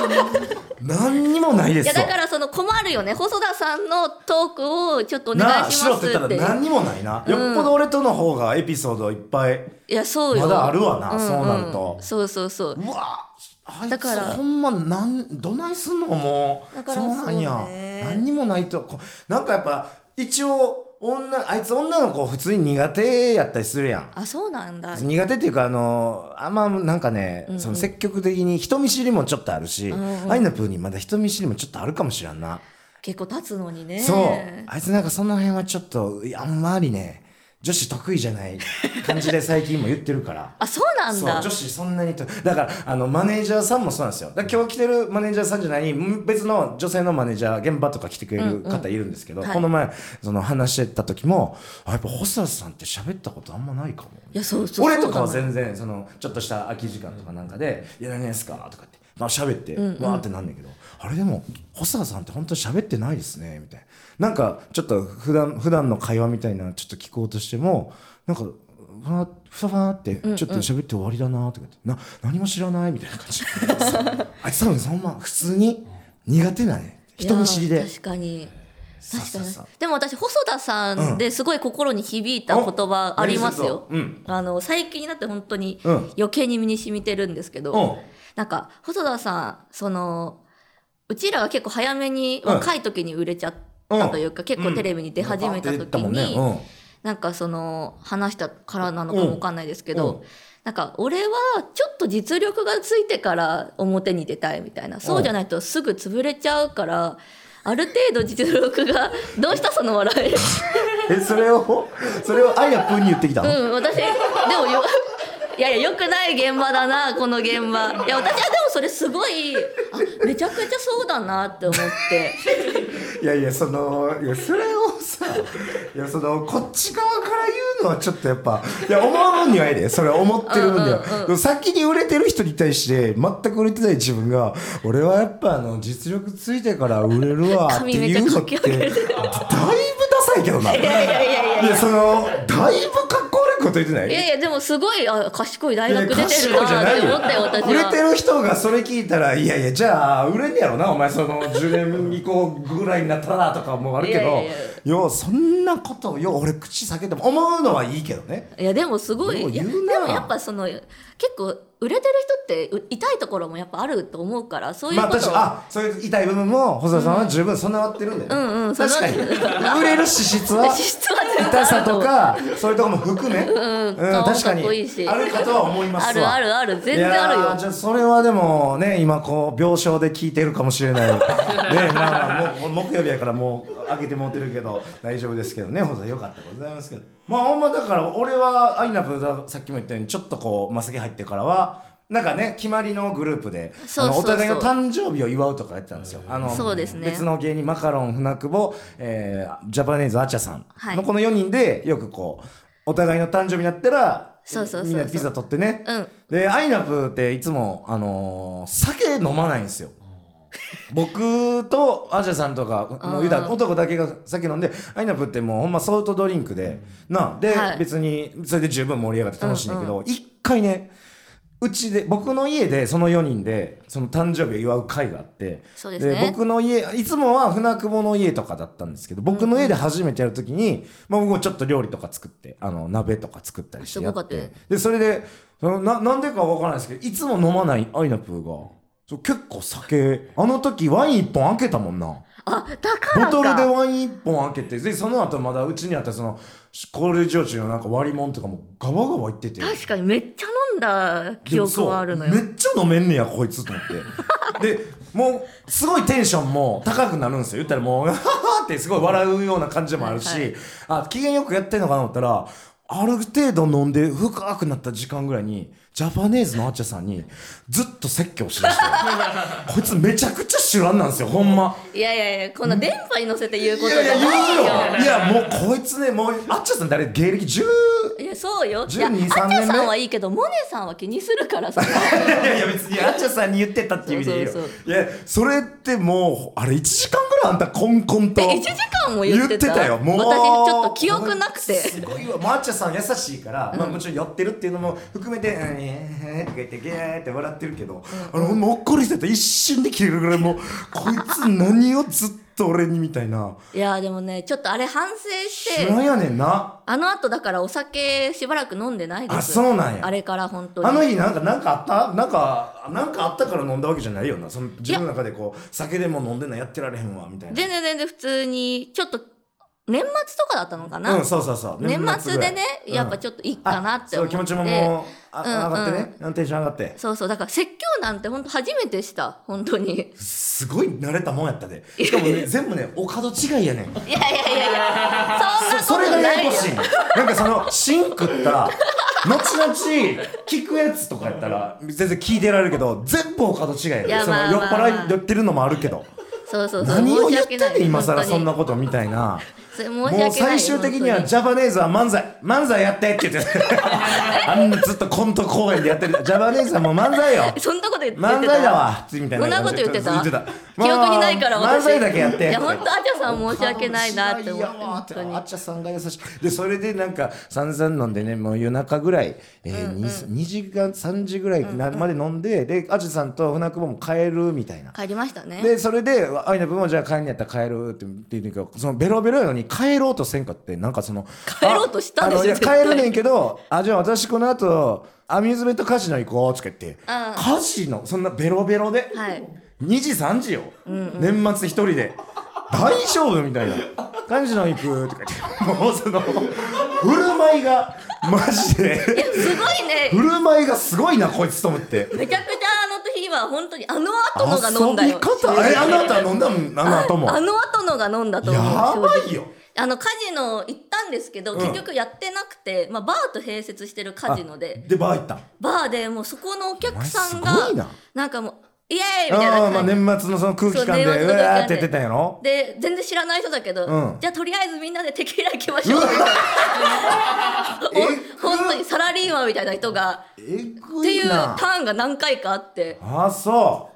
[SPEAKER 1] う何にもないで
[SPEAKER 2] い
[SPEAKER 1] すよ
[SPEAKER 2] やだからその困るよね細田さんのトークをちょっとお願
[SPEAKER 1] ないあ
[SPEAKER 2] し
[SPEAKER 1] しろ
[SPEAKER 2] ま
[SPEAKER 1] っ
[SPEAKER 2] す
[SPEAKER 1] て言
[SPEAKER 2] っ
[SPEAKER 1] ってたら何にもないな、
[SPEAKER 2] うん
[SPEAKER 1] よっぽど俺との方がエピソードいっぱい
[SPEAKER 2] いやそうよ
[SPEAKER 1] まだあるわなそうなると
[SPEAKER 2] そうそうそう
[SPEAKER 1] うわあい
[SPEAKER 2] だ
[SPEAKER 1] つ
[SPEAKER 2] から
[SPEAKER 1] ほんまなんどないすんのもう
[SPEAKER 2] だから
[SPEAKER 1] そうなんや
[SPEAKER 2] そうね
[SPEAKER 1] 何にもないとこなんかやっぱ一応女あいつ女の子普通に苦手やったりするやん
[SPEAKER 2] あそうなんだ
[SPEAKER 1] 苦手っていうかあのあんまなんかね、
[SPEAKER 2] うんうん
[SPEAKER 1] その積極的に人見知りもちょっとあるし、
[SPEAKER 2] うんうん
[SPEAKER 1] アイナプーにまだ人見知りもちょっとあるかもしれんな、
[SPEAKER 2] 結構立つのにね
[SPEAKER 1] そうあいつなんかその辺はちょっといやあんまりね女子得意じゃない感じで最近も言ってるから
[SPEAKER 2] あそうなん
[SPEAKER 1] そう
[SPEAKER 2] だ
[SPEAKER 1] 女子そんなにとだからあのマネージャーさんもそうなんですよだから今日来てるマネージャーさんじゃないん別の女性のマネージャー現場とか来てくれる方いるんですけど、
[SPEAKER 2] うんうんはい
[SPEAKER 1] この前その話してた時もあやっぱ細田さんって喋ったことあんまないかも
[SPEAKER 2] いやそうそう
[SPEAKER 1] 俺とかは
[SPEAKER 2] そうなの
[SPEAKER 1] 全然そのちょっとした空き時間とかなんかで「いや何ですか?」とかってまあ喋って
[SPEAKER 2] うんうん
[SPEAKER 1] わーってなんだけど、あれでも細田さんって本当に喋ってないですねみたいななんかちょっと普段普段の会話みたいなのちょっと聞こうとしてもなんかふわふわふわってちょっと喋って終わりだなとかって、な何も知らないみたいな感じ そうあいつ多分そんな普通に苦手だね人見知り
[SPEAKER 2] いや
[SPEAKER 1] で
[SPEAKER 2] 確かに
[SPEAKER 1] さ
[SPEAKER 2] 確かに
[SPEAKER 1] ささ
[SPEAKER 2] でも私細田さんですごい心に響いた言葉ありますよ、
[SPEAKER 1] お何する
[SPEAKER 2] あの最近になって本当に
[SPEAKER 1] うん
[SPEAKER 2] 余計に身に染みてるんですけど、
[SPEAKER 1] うん
[SPEAKER 2] なんか細田さんそのうちらは結構早めに
[SPEAKER 1] うん
[SPEAKER 2] 若い時に売れちゃったというか、結構テレビに出始めた
[SPEAKER 1] うんバーって言った
[SPEAKER 2] 時
[SPEAKER 1] もん
[SPEAKER 2] に、
[SPEAKER 1] ねうん
[SPEAKER 2] なんかその話したからなのかもわかんないですけど、
[SPEAKER 1] うんうん
[SPEAKER 2] なんか俺はちょっと実力がついてから表に出たいみたいなそうじゃないとすぐ潰れちゃうから。ある程度実力がどうしたその笑 い
[SPEAKER 1] えそれをそれをあいやぷんに言ってきたの、
[SPEAKER 2] うん私でもよいやいやよくない現場だなこの現場いや私はでもそれすごいあめちゃくちゃそうだなって思って
[SPEAKER 1] いやいやそのいやそれをさいやそのこっち側から言うのはちょっとやっぱいや思うもんにはいいでそれ思ってる分では
[SPEAKER 2] うんうんうん
[SPEAKER 1] でも先に売れてる人に対して全く売れてない自分が俺はやっぱあの実力ついてから売れる わって
[SPEAKER 2] 髪めっち
[SPEAKER 1] い
[SPEAKER 2] ゃ
[SPEAKER 1] うのっ
[SPEAKER 2] かき
[SPEAKER 1] て
[SPEAKER 2] 上げ
[SPEAKER 1] だい
[SPEAKER 2] て
[SPEAKER 1] ぶダサいけどない
[SPEAKER 2] いやいやいやいや
[SPEAKER 1] やそのだいぶかっこ悪いこと言ってない
[SPEAKER 2] いやいやでもすごいあ賢い大学出てるな
[SPEAKER 1] 賢いじゃ
[SPEAKER 2] っ
[SPEAKER 1] ない
[SPEAKER 2] て思ったよ私は
[SPEAKER 1] 売れてる人がそれ聞いたらいやいやじゃあ売れんねやろなお前その10年以降ぐらいになったらとかもあるけど
[SPEAKER 2] いやいやい
[SPEAKER 1] ようそんなことよう俺口裂けても思うのはいいけどね
[SPEAKER 2] いやでもすごい
[SPEAKER 1] よう
[SPEAKER 2] いや
[SPEAKER 1] 言
[SPEAKER 2] で
[SPEAKER 1] う
[SPEAKER 2] も
[SPEAKER 1] な
[SPEAKER 2] やっぱその結構売れてる人ってう痛いところもやっぱあると思うからそういう
[SPEAKER 1] まあ
[SPEAKER 2] こと
[SPEAKER 1] 確かにあそういう痛い部分も細田さんは十分備わってるんだよね、
[SPEAKER 2] うんうん
[SPEAKER 1] 確かに売れる資質は
[SPEAKER 2] 質は全然
[SPEAKER 1] 痛
[SPEAKER 2] あ
[SPEAKER 1] さ
[SPEAKER 2] ると
[SPEAKER 1] と
[SPEAKER 2] 思う
[SPEAKER 1] かそういうとこも含め、
[SPEAKER 2] んうん
[SPEAKER 1] うん確か
[SPEAKER 2] かっ
[SPEAKER 1] に
[SPEAKER 2] こいいし
[SPEAKER 1] あるかとは思いますわ
[SPEAKER 2] あるあるある全然ある
[SPEAKER 1] いやー
[SPEAKER 2] よ
[SPEAKER 1] じゃあそれはでもね今こう病床で聞いてるかもしれ ないねまあまあもも木曜日やからもう開けてもうてるけど大丈夫ですけどねほんとよかったでございますけどまあほんまだから俺はアイナプーさっきも言ったようにちょっとこうマス毛入ってからはなんかね決まりのグループで
[SPEAKER 2] そう
[SPEAKER 1] あの
[SPEAKER 2] そう
[SPEAKER 1] お互いの
[SPEAKER 2] そう
[SPEAKER 1] 誕生日を祝うとかやってたんですよあの
[SPEAKER 2] そうですね
[SPEAKER 1] 別の芸人マカロン船久保、えージャパネーズアチャさん
[SPEAKER 2] はい
[SPEAKER 1] のこの4人でよくこうお互いの誕生日になったら
[SPEAKER 2] そうそうそうそう
[SPEAKER 1] みんなピザ取ってね、
[SPEAKER 2] うん
[SPEAKER 1] でアイナプーっていつも、あのー酒飲まないんですよ僕とアジャさんとか
[SPEAKER 2] うん
[SPEAKER 1] もう言うたら男だけが酒飲んでアイナプーってもうほんまソフトドリンクで、なあで、
[SPEAKER 2] はい
[SPEAKER 1] 別にそれで十分盛り上がって楽しいんだけど一、回ねうちで僕の家でその4人でその誕生日を祝う会があって
[SPEAKER 2] そうですね
[SPEAKER 1] 僕の家いつもは船久保の家とかだったんですけど僕の家で初めてやるときに、まあ、僕もちょっと料理とか作ってあの鍋とか作ったりしてや
[SPEAKER 2] すご
[SPEAKER 1] っ
[SPEAKER 2] かったよ
[SPEAKER 1] てでそれでそのななんでかわからないですけどいつも飲まないアイナプーがそう結構酒あの時ワイン1本開けたもんな。
[SPEAKER 2] あだ
[SPEAKER 1] ボ
[SPEAKER 2] から
[SPEAKER 1] トルで
[SPEAKER 2] か
[SPEAKER 1] ワイン1本開けてでその後まだうちにあったその高齢焼酎のなんか割り物とかもガバガバいってて
[SPEAKER 2] 確かにめっちゃ飲んだ記憶はあるのよ
[SPEAKER 1] でもそうめっちゃ飲めんねやこいつと思って でもうすごいテンションも高くなるんですよ言ったらもう「ははってすごい笑うような感じでもあるし、
[SPEAKER 2] はいはい
[SPEAKER 1] あ機嫌よくやってんのかなと思ったらある程度飲んで深くなった時間ぐらいにジャパネーズのあっちゃさんにずっと説教しました こいつめちゃくちゃ手腕なんですよほんま。
[SPEAKER 2] いやいやいやこんな電波に乗せて言うこと
[SPEAKER 1] い
[SPEAKER 2] じゃ
[SPEAKER 1] や
[SPEAKER 2] ない
[SPEAKER 1] い
[SPEAKER 2] よ
[SPEAKER 1] や言うよいやもうこいつねもうあっちゃさん誰芸歴 10?
[SPEAKER 2] いやそうよいやあ
[SPEAKER 1] 12 13
[SPEAKER 2] っちゃ
[SPEAKER 1] 年目
[SPEAKER 2] さんはいいけどモネさんは気にするから さ
[SPEAKER 1] いやいや別にあっちゃさんに言ってたっていう意味でいいよ
[SPEAKER 2] そうそう
[SPEAKER 1] いやそれってもうあれ1時間ぐらいあんたコンコンと
[SPEAKER 2] え1時間も言ってた
[SPEAKER 1] よもう
[SPEAKER 2] 私ちょっと記憶なくて
[SPEAKER 1] すごいわもうあっちゃさん優しいから、まあ、もちろん寄ってるっていうのも含めて「うんえー」とか言ってゲーって笑ってるけど、あのもう怒る人やったら一瞬で切れるぐらいもうこいつ何をずっと俺にみたいない
[SPEAKER 2] やでもねちょっとあれ反省し
[SPEAKER 1] 知
[SPEAKER 2] て
[SPEAKER 1] らんやねんな
[SPEAKER 2] あの後だからお酒しばらく飲んでないです。
[SPEAKER 1] あそうなんや
[SPEAKER 2] あれから本当に。
[SPEAKER 1] あの日なんかなんかあったなんかなんかあったから飲んだわけじゃないよなその自分の中でこう酒でも飲んでんのやってられへんわみたいな
[SPEAKER 2] 全然全然普通にちょっと年末とかだったのかな、
[SPEAKER 1] うん、そうそうそう。
[SPEAKER 2] 年末でね
[SPEAKER 1] ぐらい
[SPEAKER 2] やっぱちょっといいかなって思って
[SPEAKER 1] うんそう気持ちももう、あ
[SPEAKER 2] うんうん
[SPEAKER 1] 上がってね、うんテンション上がって。
[SPEAKER 2] そうそうだから説教なんて本当初めてした本当にい
[SPEAKER 1] すごい慣れたもんやったで。しかもね、全部ね、お門違いやねん。
[SPEAKER 2] やいやいやいやそ
[SPEAKER 1] そ
[SPEAKER 2] んな
[SPEAKER 1] れがや
[SPEAKER 2] ことない
[SPEAKER 1] や
[SPEAKER 2] よ
[SPEAKER 1] こしいの。なんかその、芯食った、後々聞くやつとかやったら、全然聞いてられるけど、全部お門違いや
[SPEAKER 2] い
[SPEAKER 1] で。
[SPEAKER 2] や
[SPEAKER 1] その、
[SPEAKER 2] まあ
[SPEAKER 1] 酔っ
[SPEAKER 2] まあまあ
[SPEAKER 1] 払い、酔ってるのもあるけど。
[SPEAKER 2] そうそうそう
[SPEAKER 1] 何を言ってん
[SPEAKER 2] 申し訳
[SPEAKER 1] ねん、今更
[SPEAKER 2] 本当
[SPEAKER 1] そ
[SPEAKER 2] に
[SPEAKER 1] んなことみたいな。
[SPEAKER 2] それ申し
[SPEAKER 1] も
[SPEAKER 2] 訳ないう
[SPEAKER 1] 最終的には
[SPEAKER 2] 本当
[SPEAKER 1] ジャパネーズは漫才漫才やってって 言ってあんなずっとコント公演でやってるジャパネーズはもう漫才よ
[SPEAKER 2] そんなこと 言ってた
[SPEAKER 1] 漫才だわみたいな
[SPEAKER 2] そんなこと言ってた
[SPEAKER 1] 言ってた
[SPEAKER 2] 記憶にないから
[SPEAKER 1] もう漫才だけやって
[SPEAKER 2] いや本当あちゃさん申し訳ないなって思って
[SPEAKER 1] いやわー
[SPEAKER 2] 本当に
[SPEAKER 1] あっちゃさんが優しいでそれでなんか散々飲んでねもう夜中ぐらい、えーに 2, 時間3時ぐらいなまで飲んで、であっちゃさんと船久保も帰るみたいな
[SPEAKER 2] 帰りましたね
[SPEAKER 1] でそれでアイナプもじゃあ帰んやったら帰るって言うんだけどそのベロベロやのに帰ろうとせんかってなんかその
[SPEAKER 2] 帰ろうとしたんでしょ
[SPEAKER 1] ああのいや
[SPEAKER 2] 絶対
[SPEAKER 1] 帰るねんけどあじゃあ私この後アミューズメントカジノ行こうとか言って、カジノそんなベロベロで、
[SPEAKER 2] はい
[SPEAKER 1] 2時3時よ、年末一人で大丈夫みたいなカジノ行くとか言ってもうその振る舞いがマジ
[SPEAKER 2] いや
[SPEAKER 1] です
[SPEAKER 2] ごいね
[SPEAKER 1] 振る舞いがすごいなこいつと思って。
[SPEAKER 2] めちゃくちゃあの日は本当にあの後のが飲んだよ
[SPEAKER 1] 遊び方あれあなた飲んだもんあの後も
[SPEAKER 2] あの後のが飲んだと思う
[SPEAKER 1] やば
[SPEAKER 2] 正
[SPEAKER 1] い
[SPEAKER 2] 直
[SPEAKER 1] よ
[SPEAKER 2] あのカジノ行ったんですけど、
[SPEAKER 1] うん
[SPEAKER 2] 結局やってなくて、まあ、バーと併設してるカジノで
[SPEAKER 1] でバー行ったん
[SPEAKER 2] バーでもうそこのお客さん
[SPEAKER 1] お前すご
[SPEAKER 2] が
[SPEAKER 1] いな
[SPEAKER 2] なんかもうイエーイみたいな
[SPEAKER 1] ああーまあ
[SPEAKER 2] 感じ
[SPEAKER 1] 年末のその空気感でう
[SPEAKER 2] そう年末の空気感で
[SPEAKER 1] わーって言ってたんやろ
[SPEAKER 2] で全然知らない人だけど、
[SPEAKER 1] うん
[SPEAKER 2] じゃあとりあえずみんなでテキーラ行きましょう
[SPEAKER 1] うわ
[SPEAKER 2] ほん本当にサラリーマンみたいな人が
[SPEAKER 1] えぐ
[SPEAKER 2] ってい
[SPEAKER 1] いう
[SPEAKER 2] タ
[SPEAKER 1] な
[SPEAKER 2] ーンが何回かあって
[SPEAKER 1] あそ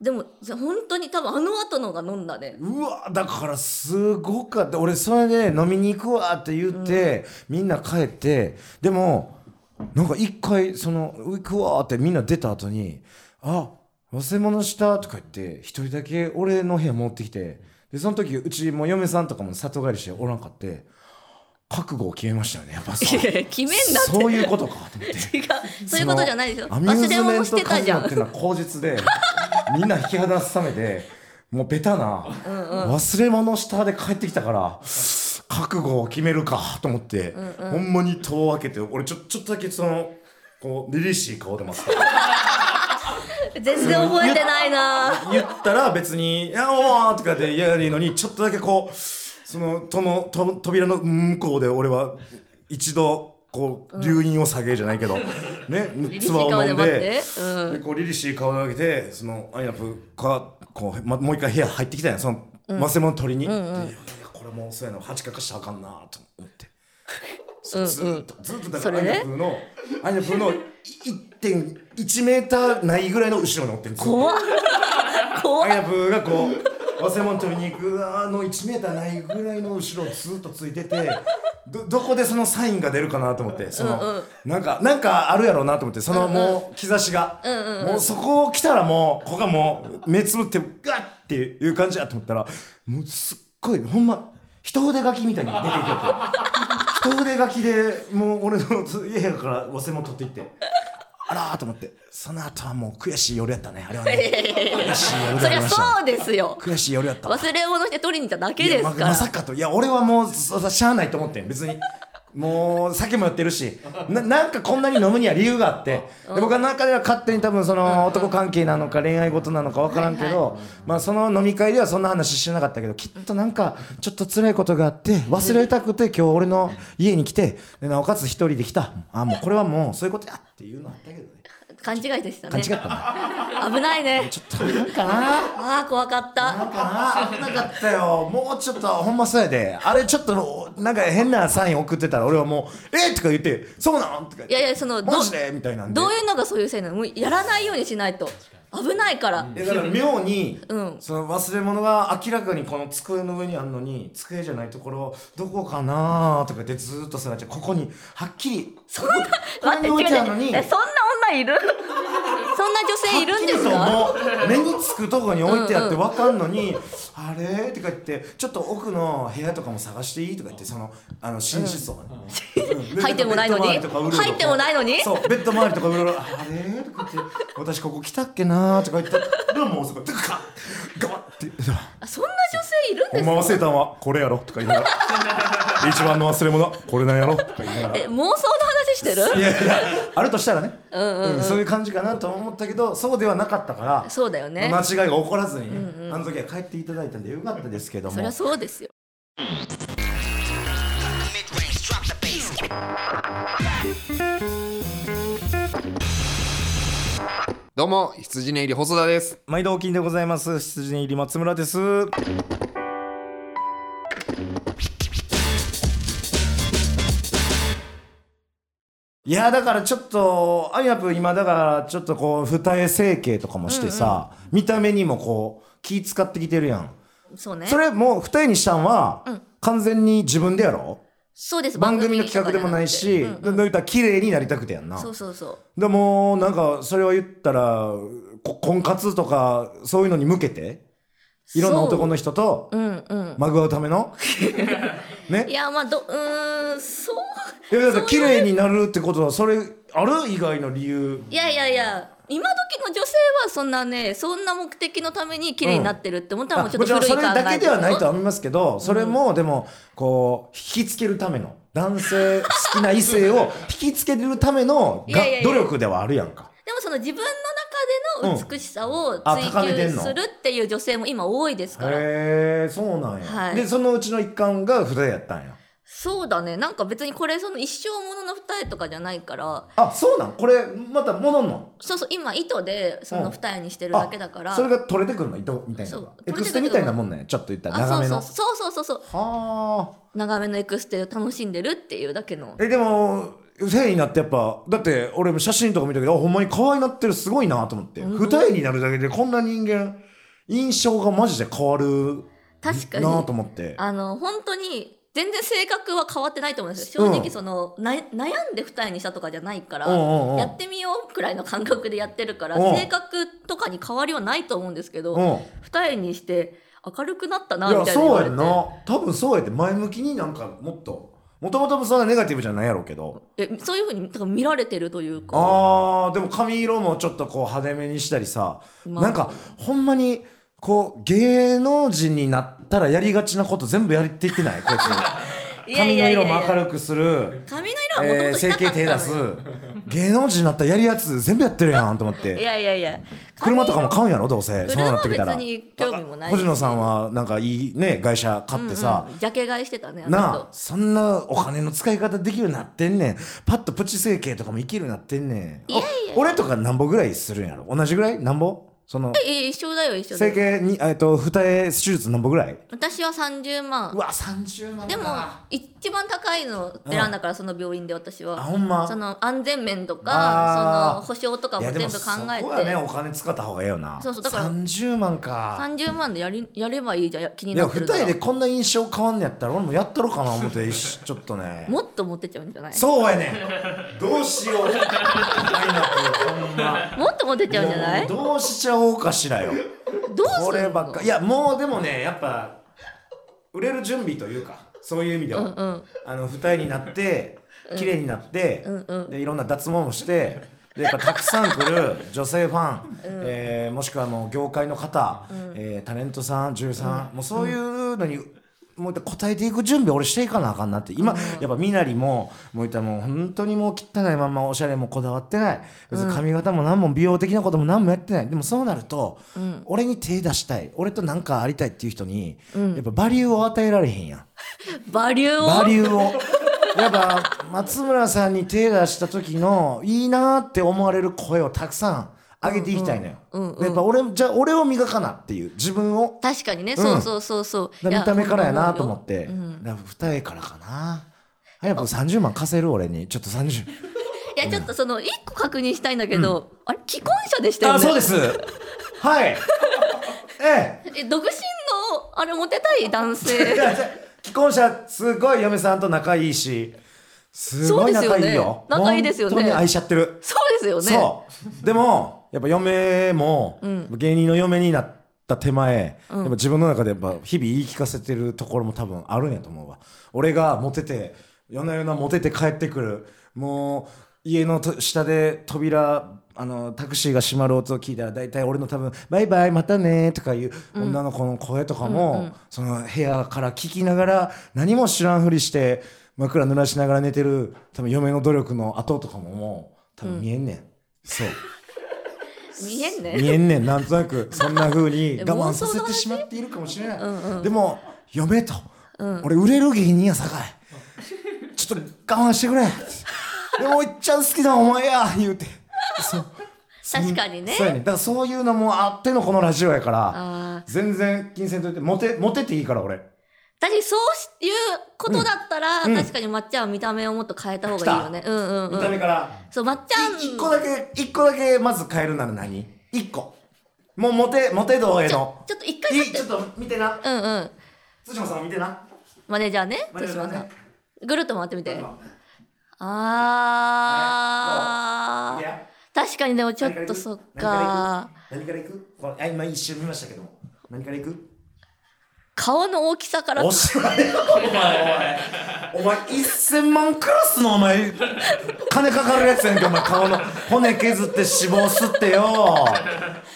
[SPEAKER 2] でも本当に多分あの後のが飲んだね
[SPEAKER 1] ううわだからすごかった俺それで飲みに行くわって言って、みんな帰ってでもなんか一回その行くわーってみんな出た後にあ忘れ物したとか言って一人だけ俺の部屋持ってきてでその時うちも嫁さんとかも里帰りしておらんかって覚悟を決めましたよねやっぱそう
[SPEAKER 2] いやいや決めんなって
[SPEAKER 1] そういうことかと思って
[SPEAKER 2] 違う そういうことじゃないですよ
[SPEAKER 1] そのアミュー
[SPEAKER 2] 忘
[SPEAKER 1] ズ
[SPEAKER 2] れ
[SPEAKER 1] メ
[SPEAKER 2] 物
[SPEAKER 1] ン
[SPEAKER 2] して
[SPEAKER 1] ト
[SPEAKER 2] た
[SPEAKER 1] カ
[SPEAKER 2] じ
[SPEAKER 1] ジ
[SPEAKER 2] ゃ
[SPEAKER 1] ノ
[SPEAKER 2] ん
[SPEAKER 1] っていうのは口実でみんな引き離さめてもうベタな、忘れ物したで帰ってきたから覚悟を決めるかと思って、ほんまに戸を開けて俺ちょちょっとだけそのこう凛々しい顔でますから
[SPEAKER 2] 全然覚えてないな
[SPEAKER 1] 言ったら別に「いやおー」とかで嫌やりのにちょっとだけこうその戸のと扉の向こうで俺は一度こう留飲を下げるじゃないけど、ね唾を飲ん
[SPEAKER 2] 待っ
[SPEAKER 1] で
[SPEAKER 2] て。うん
[SPEAKER 1] でこう凛々しい顔を上げてそのアイナップがこう、ま、もう一回部屋入ってきたんやその、忘れ物取りに、でいやこれもうそうやな恥かかしたらあかんなと思ってそうずーっとずーっとだからア
[SPEAKER 2] そ
[SPEAKER 1] イ
[SPEAKER 2] れ
[SPEAKER 1] ナ
[SPEAKER 2] ね
[SPEAKER 1] ップのアイナップのい1.1メーターないぐらいの後ろに乗ってるんですよ
[SPEAKER 2] 怖っ怖
[SPEAKER 1] アイ
[SPEAKER 2] っ
[SPEAKER 1] ナップがこう忘れ物取りに行くあの1メーターないぐらいの後ろをずーっとついててどどこでそのサインが出るかなと思ってその、
[SPEAKER 2] うんうん
[SPEAKER 1] なんかなんかあるやろうなと思ってそのもう兆しが、もうそこ来たらもうここがもう目つぶってガッっていう感じやと思ったらもうすっごいほんま人筆書きみたいに出てきよって人筆書きでもう俺の家から忘れ物取っていってあらーと思ってその後はもう悔しい夜やったねあれはね悔しい夜
[SPEAKER 2] そ
[SPEAKER 1] であ
[SPEAKER 2] り
[SPEAKER 1] り
[SPEAKER 2] ゃ
[SPEAKER 1] ましたね
[SPEAKER 2] そうですよ
[SPEAKER 1] 悔しい夜やったわ
[SPEAKER 2] 忘れ物して取りに行っただけです
[SPEAKER 1] いや
[SPEAKER 2] か
[SPEAKER 1] まま
[SPEAKER 2] ら
[SPEAKER 1] さかといや俺はもうそそしゃあないと思ってん別にもう酒もやってるしななんかこんなに飲むには理由があって、で僕は中では勝手に多分その男関係なのか恋愛事なのか分からんけど、まあその飲み会ではそんな話してなかったけどきっとなんかちょっと辛いことがあって忘れたくて今日俺の家に来てでなおかつ一人で来たあもうこれはもうそういうことやっていうのあったけどね
[SPEAKER 2] 勘違いでした
[SPEAKER 1] 勘
[SPEAKER 2] ね
[SPEAKER 1] 違ったな
[SPEAKER 2] 危ないね
[SPEAKER 1] ちょっとなんかな
[SPEAKER 2] ああ怖かった
[SPEAKER 1] なんかな危なかったよもうちょっとほんまそうやであれちょっとなんか変なサイン送ってたら俺はもう「えっ!」とか言って「そうなん?」とか言っ
[SPEAKER 2] い
[SPEAKER 1] て
[SPEAKER 2] やいやそのど
[SPEAKER 1] マジでみたいなんで
[SPEAKER 2] どういうのがそういうせいなのもうやらないようにしないと危ないから
[SPEAKER 1] いやだから妙に、
[SPEAKER 2] うん
[SPEAKER 1] その忘れ物が明らかにこの机の上にあるのに机じゃないところどこかなーとか言ってずーっと探してここにはっきりそんな
[SPEAKER 2] 待って違う
[SPEAKER 1] 置い
[SPEAKER 2] 違
[SPEAKER 1] てあるの
[SPEAKER 2] う
[SPEAKER 1] に
[SPEAKER 2] えそんな女いるそんな女性いるんですか
[SPEAKER 1] はっきりともう目につくとこに置いてあって分かんのに「あれ?」とか言って「ちょっと奥の部屋とかも探していい?」とか言ってそのあの寝室とかね、うんで
[SPEAKER 2] 入ってもないのに
[SPEAKER 1] ベッド周りとかうろうろ
[SPEAKER 2] 入ってもないのに
[SPEAKER 1] そうベッド周りとかうろうろ「あれ?」とか言って「私ここ来たっけな?」とか言ってでももうそこドカッガバッて「
[SPEAKER 2] あそんな女性いるん
[SPEAKER 1] お
[SPEAKER 2] で
[SPEAKER 1] 前
[SPEAKER 2] すか
[SPEAKER 1] 忘れたんはこれやろ」とか言いながら一番の忘れ物これなんやろとか言いながら
[SPEAKER 2] え妄想の話してる
[SPEAKER 1] いやいやあるとしたらね、うんそういう感じかなと思ったけどそうではなかったから
[SPEAKER 2] そうだよね
[SPEAKER 1] 間違いが起こらずに、ねあの時は帰っていただいたんでよかったですけども
[SPEAKER 2] そりゃそうですよ
[SPEAKER 3] Mid-range, drop the bass.
[SPEAKER 4] どうも羊ね入り細田です
[SPEAKER 1] 毎度お金でございます羊に入り松村ですいやだからちょっとあやぷ今だからちょっとこう二重整形とかもしてさ、見た目にもこう気使ってきてるやん
[SPEAKER 2] そうね
[SPEAKER 1] それもう二重にしたんは、
[SPEAKER 2] うん
[SPEAKER 1] 完全に自分でやろ
[SPEAKER 2] そうです
[SPEAKER 1] 番組の企画でもないし、
[SPEAKER 2] 番組とかじゃなくて
[SPEAKER 1] だだから綺麗になりたくてやんな
[SPEAKER 2] うんそうそうそう
[SPEAKER 1] でもうなんかそれを言ったらこ婚活とかそういうのに向けていろんな男の人と
[SPEAKER 2] うんうん
[SPEAKER 1] まぐわうため のね
[SPEAKER 2] いやまあどうーんそう
[SPEAKER 1] いやだから綺麗になるってことはそれある以外の理由
[SPEAKER 2] いやいやいや今時の女性はそんなねそんな目的のために綺麗になってるって思ったらもうちょっと
[SPEAKER 1] あ
[SPEAKER 2] 古い
[SPEAKER 1] そ
[SPEAKER 2] 考
[SPEAKER 1] れ
[SPEAKER 2] え
[SPEAKER 1] だけではないとは
[SPEAKER 2] よ
[SPEAKER 1] 思いますけどそれもでもこう引きつけるための男性好きな異性 を引きつけるための
[SPEAKER 2] い
[SPEAKER 1] が
[SPEAKER 2] やいやいや
[SPEAKER 1] 努力ではあるやんか
[SPEAKER 2] でもその自分の中での美しさを
[SPEAKER 1] あ
[SPEAKER 2] 追
[SPEAKER 1] 高めてん
[SPEAKER 2] 求
[SPEAKER 1] の
[SPEAKER 2] するっていう女性も今多いですか
[SPEAKER 1] へ
[SPEAKER 2] ら
[SPEAKER 1] えそうなんや、
[SPEAKER 2] はい
[SPEAKER 1] でそのうちの一環が筆やったんや
[SPEAKER 2] そうだねなんか別にこれその一生ものの二重とかじゃないから
[SPEAKER 1] あそうなんこれまた戻んの
[SPEAKER 2] そうそう今糸でそうの
[SPEAKER 1] ん
[SPEAKER 2] 二重にしてるだけだから、
[SPEAKER 1] あそれが取れてくるの糸みたいなのが
[SPEAKER 2] そう
[SPEAKER 1] エクス
[SPEAKER 2] 取れてく
[SPEAKER 1] テ
[SPEAKER 2] る
[SPEAKER 1] みたいなもんなんやちょっと言ったら
[SPEAKER 2] あ
[SPEAKER 1] 長
[SPEAKER 2] そう
[SPEAKER 1] め
[SPEAKER 2] そ
[SPEAKER 1] の
[SPEAKER 2] うそうそうそうそう
[SPEAKER 1] はあ
[SPEAKER 2] 長めのエクステを楽しんでるっていうだけの
[SPEAKER 1] えでも繊維になってやっぱだって俺も写真とか見たけどあほんまに可愛いなってるすごいなと思って
[SPEAKER 2] うん
[SPEAKER 1] 二重になるだけでこんな人間印象がマジで変わる
[SPEAKER 2] 確かに
[SPEAKER 1] なと思って
[SPEAKER 2] あの本当に全然性格は変わってないと思うんですよ
[SPEAKER 1] う
[SPEAKER 2] 正
[SPEAKER 1] ん
[SPEAKER 2] 直その、な悩んで二重にしたとかじゃないから、
[SPEAKER 1] うんうんうん
[SPEAKER 2] やってみようくらいの感覚でやってるから、
[SPEAKER 1] うん
[SPEAKER 2] 性格とかに変わりはないと思うんですけど、
[SPEAKER 1] うん
[SPEAKER 2] 二重にして明るくなったないみ
[SPEAKER 1] や
[SPEAKER 2] たいな言
[SPEAKER 1] そう
[SPEAKER 2] われ
[SPEAKER 1] や
[SPEAKER 2] て
[SPEAKER 1] んな多分そうやって前向きになんかもっともともとそんなネガティブじゃないやろうけど
[SPEAKER 2] えそういうふうにだから見られてるというか
[SPEAKER 1] あーでも髪色もちょっとこう派手めにしたりさ、
[SPEAKER 2] まあ
[SPEAKER 1] なんかほんまにこう芸能人になったらやりがちなこと全部やっていってないこいつ
[SPEAKER 2] いや
[SPEAKER 1] 髪
[SPEAKER 2] い
[SPEAKER 1] の
[SPEAKER 2] やい
[SPEAKER 1] 色
[SPEAKER 2] やいや
[SPEAKER 1] も明るくする
[SPEAKER 2] 髪の色はもと
[SPEAKER 1] え
[SPEAKER 2] も
[SPEAKER 1] ー整
[SPEAKER 2] とした
[SPEAKER 1] 形
[SPEAKER 2] かったの
[SPEAKER 1] 手
[SPEAKER 2] よ、
[SPEAKER 1] 出す 芸能人になったらやるやつ全部やってるやんと思っ
[SPEAKER 2] い
[SPEAKER 1] て
[SPEAKER 2] やいやいや
[SPEAKER 1] 車とかも買うんやろどうせそう
[SPEAKER 2] 車
[SPEAKER 1] な
[SPEAKER 2] は
[SPEAKER 1] ってき
[SPEAKER 2] 別
[SPEAKER 1] たら
[SPEAKER 2] に興味もないし
[SPEAKER 1] 星野さんはなんかいいね外車買ってさ、
[SPEAKER 2] うんうんジャケ買いしてたねあの人
[SPEAKER 1] なあそんなお金の使い方できるようになってんねんパッとプチ整形とかもいけるようになってんねん
[SPEAKER 2] いやいや
[SPEAKER 1] お俺とか何ぼぐらいするんやろ同じぐらい何ぼその
[SPEAKER 2] え一緒だよ一緒だ
[SPEAKER 1] 整
[SPEAKER 2] よ
[SPEAKER 1] 形にえっと二重手術何ぼぐらい
[SPEAKER 2] 私は30万
[SPEAKER 1] うわ30万か
[SPEAKER 2] でも一番高いの選んだからその病院で私
[SPEAKER 1] あ
[SPEAKER 2] は
[SPEAKER 1] ほんま
[SPEAKER 2] その安全面と
[SPEAKER 1] あー
[SPEAKER 2] かその保証とか
[SPEAKER 1] い
[SPEAKER 2] も
[SPEAKER 1] やで
[SPEAKER 2] 全
[SPEAKER 1] も
[SPEAKER 2] 部考
[SPEAKER 1] そこ
[SPEAKER 2] え
[SPEAKER 1] はね
[SPEAKER 2] て
[SPEAKER 1] お金使った方がええよな
[SPEAKER 2] そうそうだから
[SPEAKER 1] 30万か
[SPEAKER 2] 30万でやりやればいいじゃんや気に
[SPEAKER 1] い
[SPEAKER 2] な
[SPEAKER 1] や
[SPEAKER 2] って
[SPEAKER 1] 二
[SPEAKER 2] るな
[SPEAKER 1] 重
[SPEAKER 2] ら
[SPEAKER 1] でこんな印象変わんねやったら俺もやったろかな思っ て一瞬ちょっとね
[SPEAKER 2] もっと持ってっちゃうんじゃない
[SPEAKER 1] そうやねんどうしようライナップほんま
[SPEAKER 2] もっと持ってっちゃうんじゃないどう
[SPEAKER 1] どうしちゃおうかしらよ
[SPEAKER 2] す
[SPEAKER 1] こ
[SPEAKER 2] る
[SPEAKER 1] れ
[SPEAKER 2] の
[SPEAKER 1] ばっかいやもうでもねやっぱ売れる準備というかそういう意味では、
[SPEAKER 2] うんうん
[SPEAKER 1] あの二重になって綺麗になって、
[SPEAKER 2] んうん
[SPEAKER 1] でいろんな脱毛もしてでやっぱたくさん来る女性ファン、えーもしくはもう業界の方、えータレントさん女優さん、もうそういうのに。もう答えていく準備俺していかなあかんなって今、やっぱみなりももう言ったらもう本当にもう汚いまんまおしゃれもこだわってない別に髪型も何も美容的なことも何もやってないでもそうなると、俺に手出したい俺と何かありたいっていう人に、やっぱバリューを与えられへんやん
[SPEAKER 2] バリューを
[SPEAKER 1] バリューを。やっぱ松村さんに手出した時のいいなーって思われる声をたくさん上げていきたいのよ。
[SPEAKER 2] うんうんうんうん
[SPEAKER 1] やっぱ俺じゃあ俺を磨かなっていう自分を
[SPEAKER 2] 確かにね、
[SPEAKER 1] うん
[SPEAKER 2] そうそうそうそう
[SPEAKER 1] だから見た目からやなと思っ
[SPEAKER 2] い
[SPEAKER 1] て、
[SPEAKER 2] やうよ
[SPEAKER 1] だから二重からかな。あやっぱ30万貸せる俺にちょっと30
[SPEAKER 2] うんいやちょっとその一個確認したいんだけど、あれ既婚者でしたよね
[SPEAKER 1] あそうですはいええ
[SPEAKER 2] え独身のあれモテたい男性
[SPEAKER 1] いやじゃあ既婚者すごい嫁さんと仲いいしすごい仲いいよ
[SPEAKER 2] そうですよね仲いいですよね
[SPEAKER 1] 本当に愛しちゃってる
[SPEAKER 2] そうですよね
[SPEAKER 1] そう。でも、やっぱ嫁も、芸人の嫁になった手前、やっぱ自分の中でやっぱ日々言い聞かせてるところも多分あるんやと思うわ。俺がモテて、夜な夜なモテて帰ってくる。もう、家のと下で扉あのタクシーが閉まる音を聞いたら大体俺の多分「バイバイまたね」とかいう女の子の声とかも、その部屋から聞きながら何も知らんふりして枕濡らしながら寝てる多分嫁の努力の後とかももう多分見えんねん、そう
[SPEAKER 2] 見えんね
[SPEAKER 1] 見えんねんなんとなくそんな風に
[SPEAKER 2] え
[SPEAKER 1] 我慢
[SPEAKER 2] 妄
[SPEAKER 1] さ
[SPEAKER 2] 想の話
[SPEAKER 1] せてしまっているかもしれない、
[SPEAKER 2] んうん
[SPEAKER 1] でも嫁と、俺売れる芸人やさかいちょっと我慢してく れでもいっちゃん好きなお前や言うてそう
[SPEAKER 2] 確かにね
[SPEAKER 1] そうやねだからそういうのもあってのこのラジオやから
[SPEAKER 2] あー
[SPEAKER 1] 全然金銭といてモテモテていいから俺
[SPEAKER 2] 私そういうことだったら、
[SPEAKER 1] うん
[SPEAKER 2] 確かにまっちゃんは見た目をもっと変えた方がいいよねうんうんう
[SPEAKER 1] 見た目
[SPEAKER 2] ん
[SPEAKER 1] から
[SPEAKER 2] そうまっちゃん
[SPEAKER 1] 一個だけ一個だけまず変えるなら何一個もうモテモテ度へ
[SPEAKER 2] ち
[SPEAKER 1] の
[SPEAKER 2] ょちょっと一回
[SPEAKER 1] い
[SPEAKER 2] 待
[SPEAKER 1] い
[SPEAKER 2] って
[SPEAKER 1] ちょっと見てな
[SPEAKER 2] うんうん
[SPEAKER 1] 対馬さんも見てな
[SPEAKER 2] マネージャーね
[SPEAKER 1] マネー
[SPEAKER 2] 豊
[SPEAKER 1] ジャー
[SPEAKER 2] 島
[SPEAKER 1] ね
[SPEAKER 2] さんぐるっと回ってみて
[SPEAKER 1] 今
[SPEAKER 2] あ
[SPEAKER 1] い
[SPEAKER 2] ー
[SPEAKER 1] や
[SPEAKER 2] 確かにでもちょっとそっか
[SPEAKER 1] 何からいくこれあ今一瞬見ましたけども何からいく
[SPEAKER 2] 顔の大きさから
[SPEAKER 1] おしまいよお前お前お前1000万クラスのお前金かかるやつやんけお前顔の骨削って脂肪吸ってよ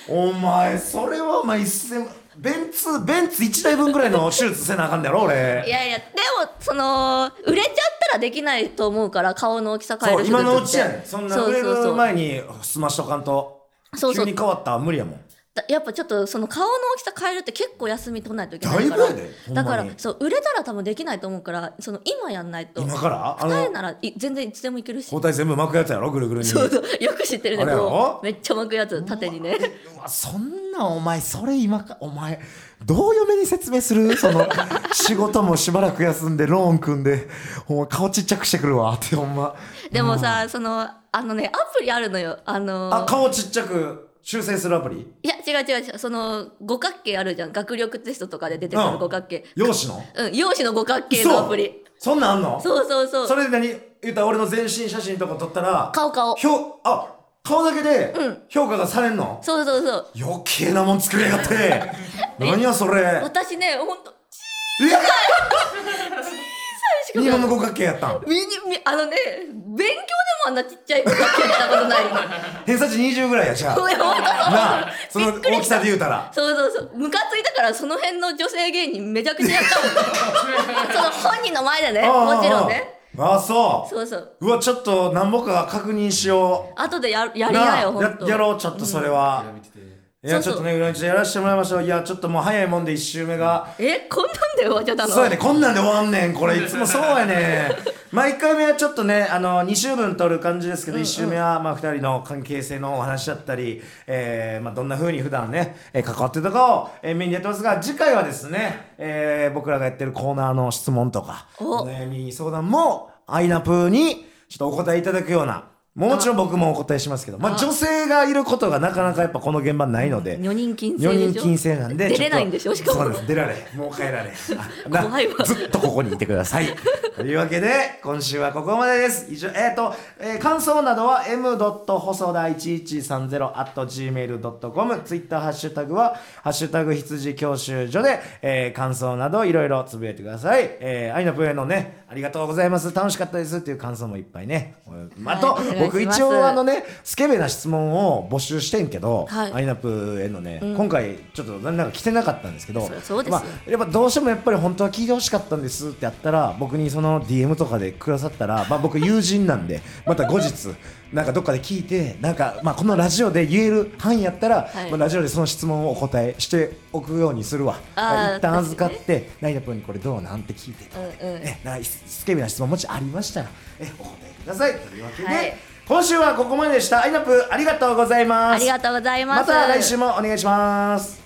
[SPEAKER 1] お前それはお前1000万ベンツベンツ1台分ぐらいの手術せなあかんだろ
[SPEAKER 2] い
[SPEAKER 1] 俺
[SPEAKER 2] やいやでもその売れちゃったらできないと思うから顔の大きさ変え
[SPEAKER 1] そ
[SPEAKER 2] る
[SPEAKER 1] う
[SPEAKER 2] 手
[SPEAKER 1] 今
[SPEAKER 2] 術って
[SPEAKER 1] のうちやねんそんな
[SPEAKER 2] そ
[SPEAKER 1] 売
[SPEAKER 2] うそ
[SPEAKER 1] れ
[SPEAKER 2] うそう
[SPEAKER 1] る前に済ましとかんと
[SPEAKER 2] そうそう
[SPEAKER 1] 急に変わったら無理やもん
[SPEAKER 2] だやっぱちょっとその顔の大きさ変えるって結構休み取らないといけないか
[SPEAKER 1] だ
[SPEAKER 2] ら
[SPEAKER 1] いぶやでほんま
[SPEAKER 2] だ
[SPEAKER 1] に
[SPEAKER 2] からそう売れたら多分できないと思うからその今やんないと
[SPEAKER 1] 今からあ
[SPEAKER 2] 二重
[SPEAKER 1] の
[SPEAKER 2] ならい全然いつでもいけるし
[SPEAKER 1] 包帯全部巻くやつやろぐるぐるに
[SPEAKER 2] そうそうよく知ってるね
[SPEAKER 1] あれやろ
[SPEAKER 2] こうめっちゃ巻くやつ縦にね
[SPEAKER 1] うわそんなお前それ今かお前どう嫁に説明するその仕事もしばらく休んでローン組んでお前顔ちっちゃくしてくるわってほんま
[SPEAKER 2] でもさそのあのねアプリあるのよあの
[SPEAKER 1] あ顔ちっちゃく修正するアプリ
[SPEAKER 2] いや違う違う違うその五角形あるじゃん学力テストとかで出てく
[SPEAKER 1] うん
[SPEAKER 2] る五角形
[SPEAKER 1] 容姿の
[SPEAKER 2] うん容姿の五角形のアプリ
[SPEAKER 1] 嘘そんなんあんの
[SPEAKER 2] そうそうそう
[SPEAKER 1] それで何言ったら俺の全身写真とか撮ったら
[SPEAKER 2] 顔顔
[SPEAKER 1] ひょあ顔だけで
[SPEAKER 2] うん
[SPEAKER 1] 評価がされんの、
[SPEAKER 2] そうそうそう
[SPEAKER 1] 余計なもん作れやがって何やそれいや
[SPEAKER 2] 私ねほんと小さいし
[SPEAKER 1] 今
[SPEAKER 2] か
[SPEAKER 1] の
[SPEAKER 2] も
[SPEAKER 1] 五角形やったん
[SPEAKER 2] みにみあのね勉強でもあんなちっちゃい子が聞いたこと ないの
[SPEAKER 1] 偏差値20ぐらいやじゃあ
[SPEAKER 2] ごめんほんとそう
[SPEAKER 1] なあその大きさで言うたら
[SPEAKER 2] そうそうそうムカついたからその辺の女性芸人めちゃくちゃやったもん その本人の前でね
[SPEAKER 1] ああ
[SPEAKER 2] もちろんね
[SPEAKER 1] ああそう
[SPEAKER 2] そうそう
[SPEAKER 1] うわちょっと何ぼか確認しよ
[SPEAKER 2] 後でやや
[SPEAKER 1] う
[SPEAKER 2] りなよ
[SPEAKER 1] あ
[SPEAKER 2] ほ
[SPEAKER 1] や
[SPEAKER 2] んと
[SPEAKER 1] やろうちょっとそれは、いやち
[SPEAKER 2] そ
[SPEAKER 1] ょ
[SPEAKER 2] う
[SPEAKER 1] っ
[SPEAKER 2] そ
[SPEAKER 1] と
[SPEAKER 2] う
[SPEAKER 1] ねうらんちでやらせてもらいましょういやちょっともう早いもんで1周目が
[SPEAKER 2] えこんなんで終わっちゃったの
[SPEAKER 1] そうやねこんなんで終わんねんこれいつもそうやね ん毎回目はちょっとねあの2週分取る感じですけど、一1週目はまあ2人の関係性のお話だったり、えーまあ、どんな風に普段ね、えー関わってるとかを、えー、メインでやってますが次回はですね、えー僕らがやってるコーナーの質問とか
[SPEAKER 2] お
[SPEAKER 1] お悩み相談もアイナプーにちょっとお答えいただくようなもちろん僕もお答えしますけど、まあ、女性がいることがなかなかやっぱこの現場ないので
[SPEAKER 2] 4人禁制でしょ
[SPEAKER 1] 4人禁制なんで
[SPEAKER 2] 出れないんでしょしかも
[SPEAKER 1] そうです出られんもう帰られん あな
[SPEAKER 2] 怖いわ
[SPEAKER 1] ずっとここにいてくださいというわけで今週はここまでです以上えっ、と、えー感想などは m. 細田 1130.gmail.com ツイッターハッシュタグは「ハッシュタグ羊教習所で」えー感想などいろいろつぶやいてくださいえー、愛のプレーのねありがとうございます楽しかったですっていう感想もいっぱいねあと、
[SPEAKER 2] お願いします
[SPEAKER 1] 僕一応あのねスケベな質問を募集してんけど、
[SPEAKER 2] はい
[SPEAKER 1] ラインナップへのね、今回ちょっとなんか来てなかったんですけど
[SPEAKER 2] そりゃそうですよ
[SPEAKER 1] まあ、やっぱどうしてもやっぱり本当は聞いてほしかったんですってやったら僕にその DM とかでくださったら、まあ、僕友人なんで また後日なんかどっかで聞いてなんか、まあ、このラジオで言える範囲やったら、
[SPEAKER 2] はい
[SPEAKER 1] まあ、ラジオでその質問をお答えしておくようにするわ
[SPEAKER 2] あー
[SPEAKER 1] 一旦預かってラインナップにこれどうなんて聞いてとか、ね
[SPEAKER 2] うんうん
[SPEAKER 1] えなんかスケベな質問もしありましたらえお答えくださいというわけで、
[SPEAKER 2] はい
[SPEAKER 1] 今週はここまででしたラインナップありがとうございます
[SPEAKER 2] ありがとうございます
[SPEAKER 1] また来週もお願いします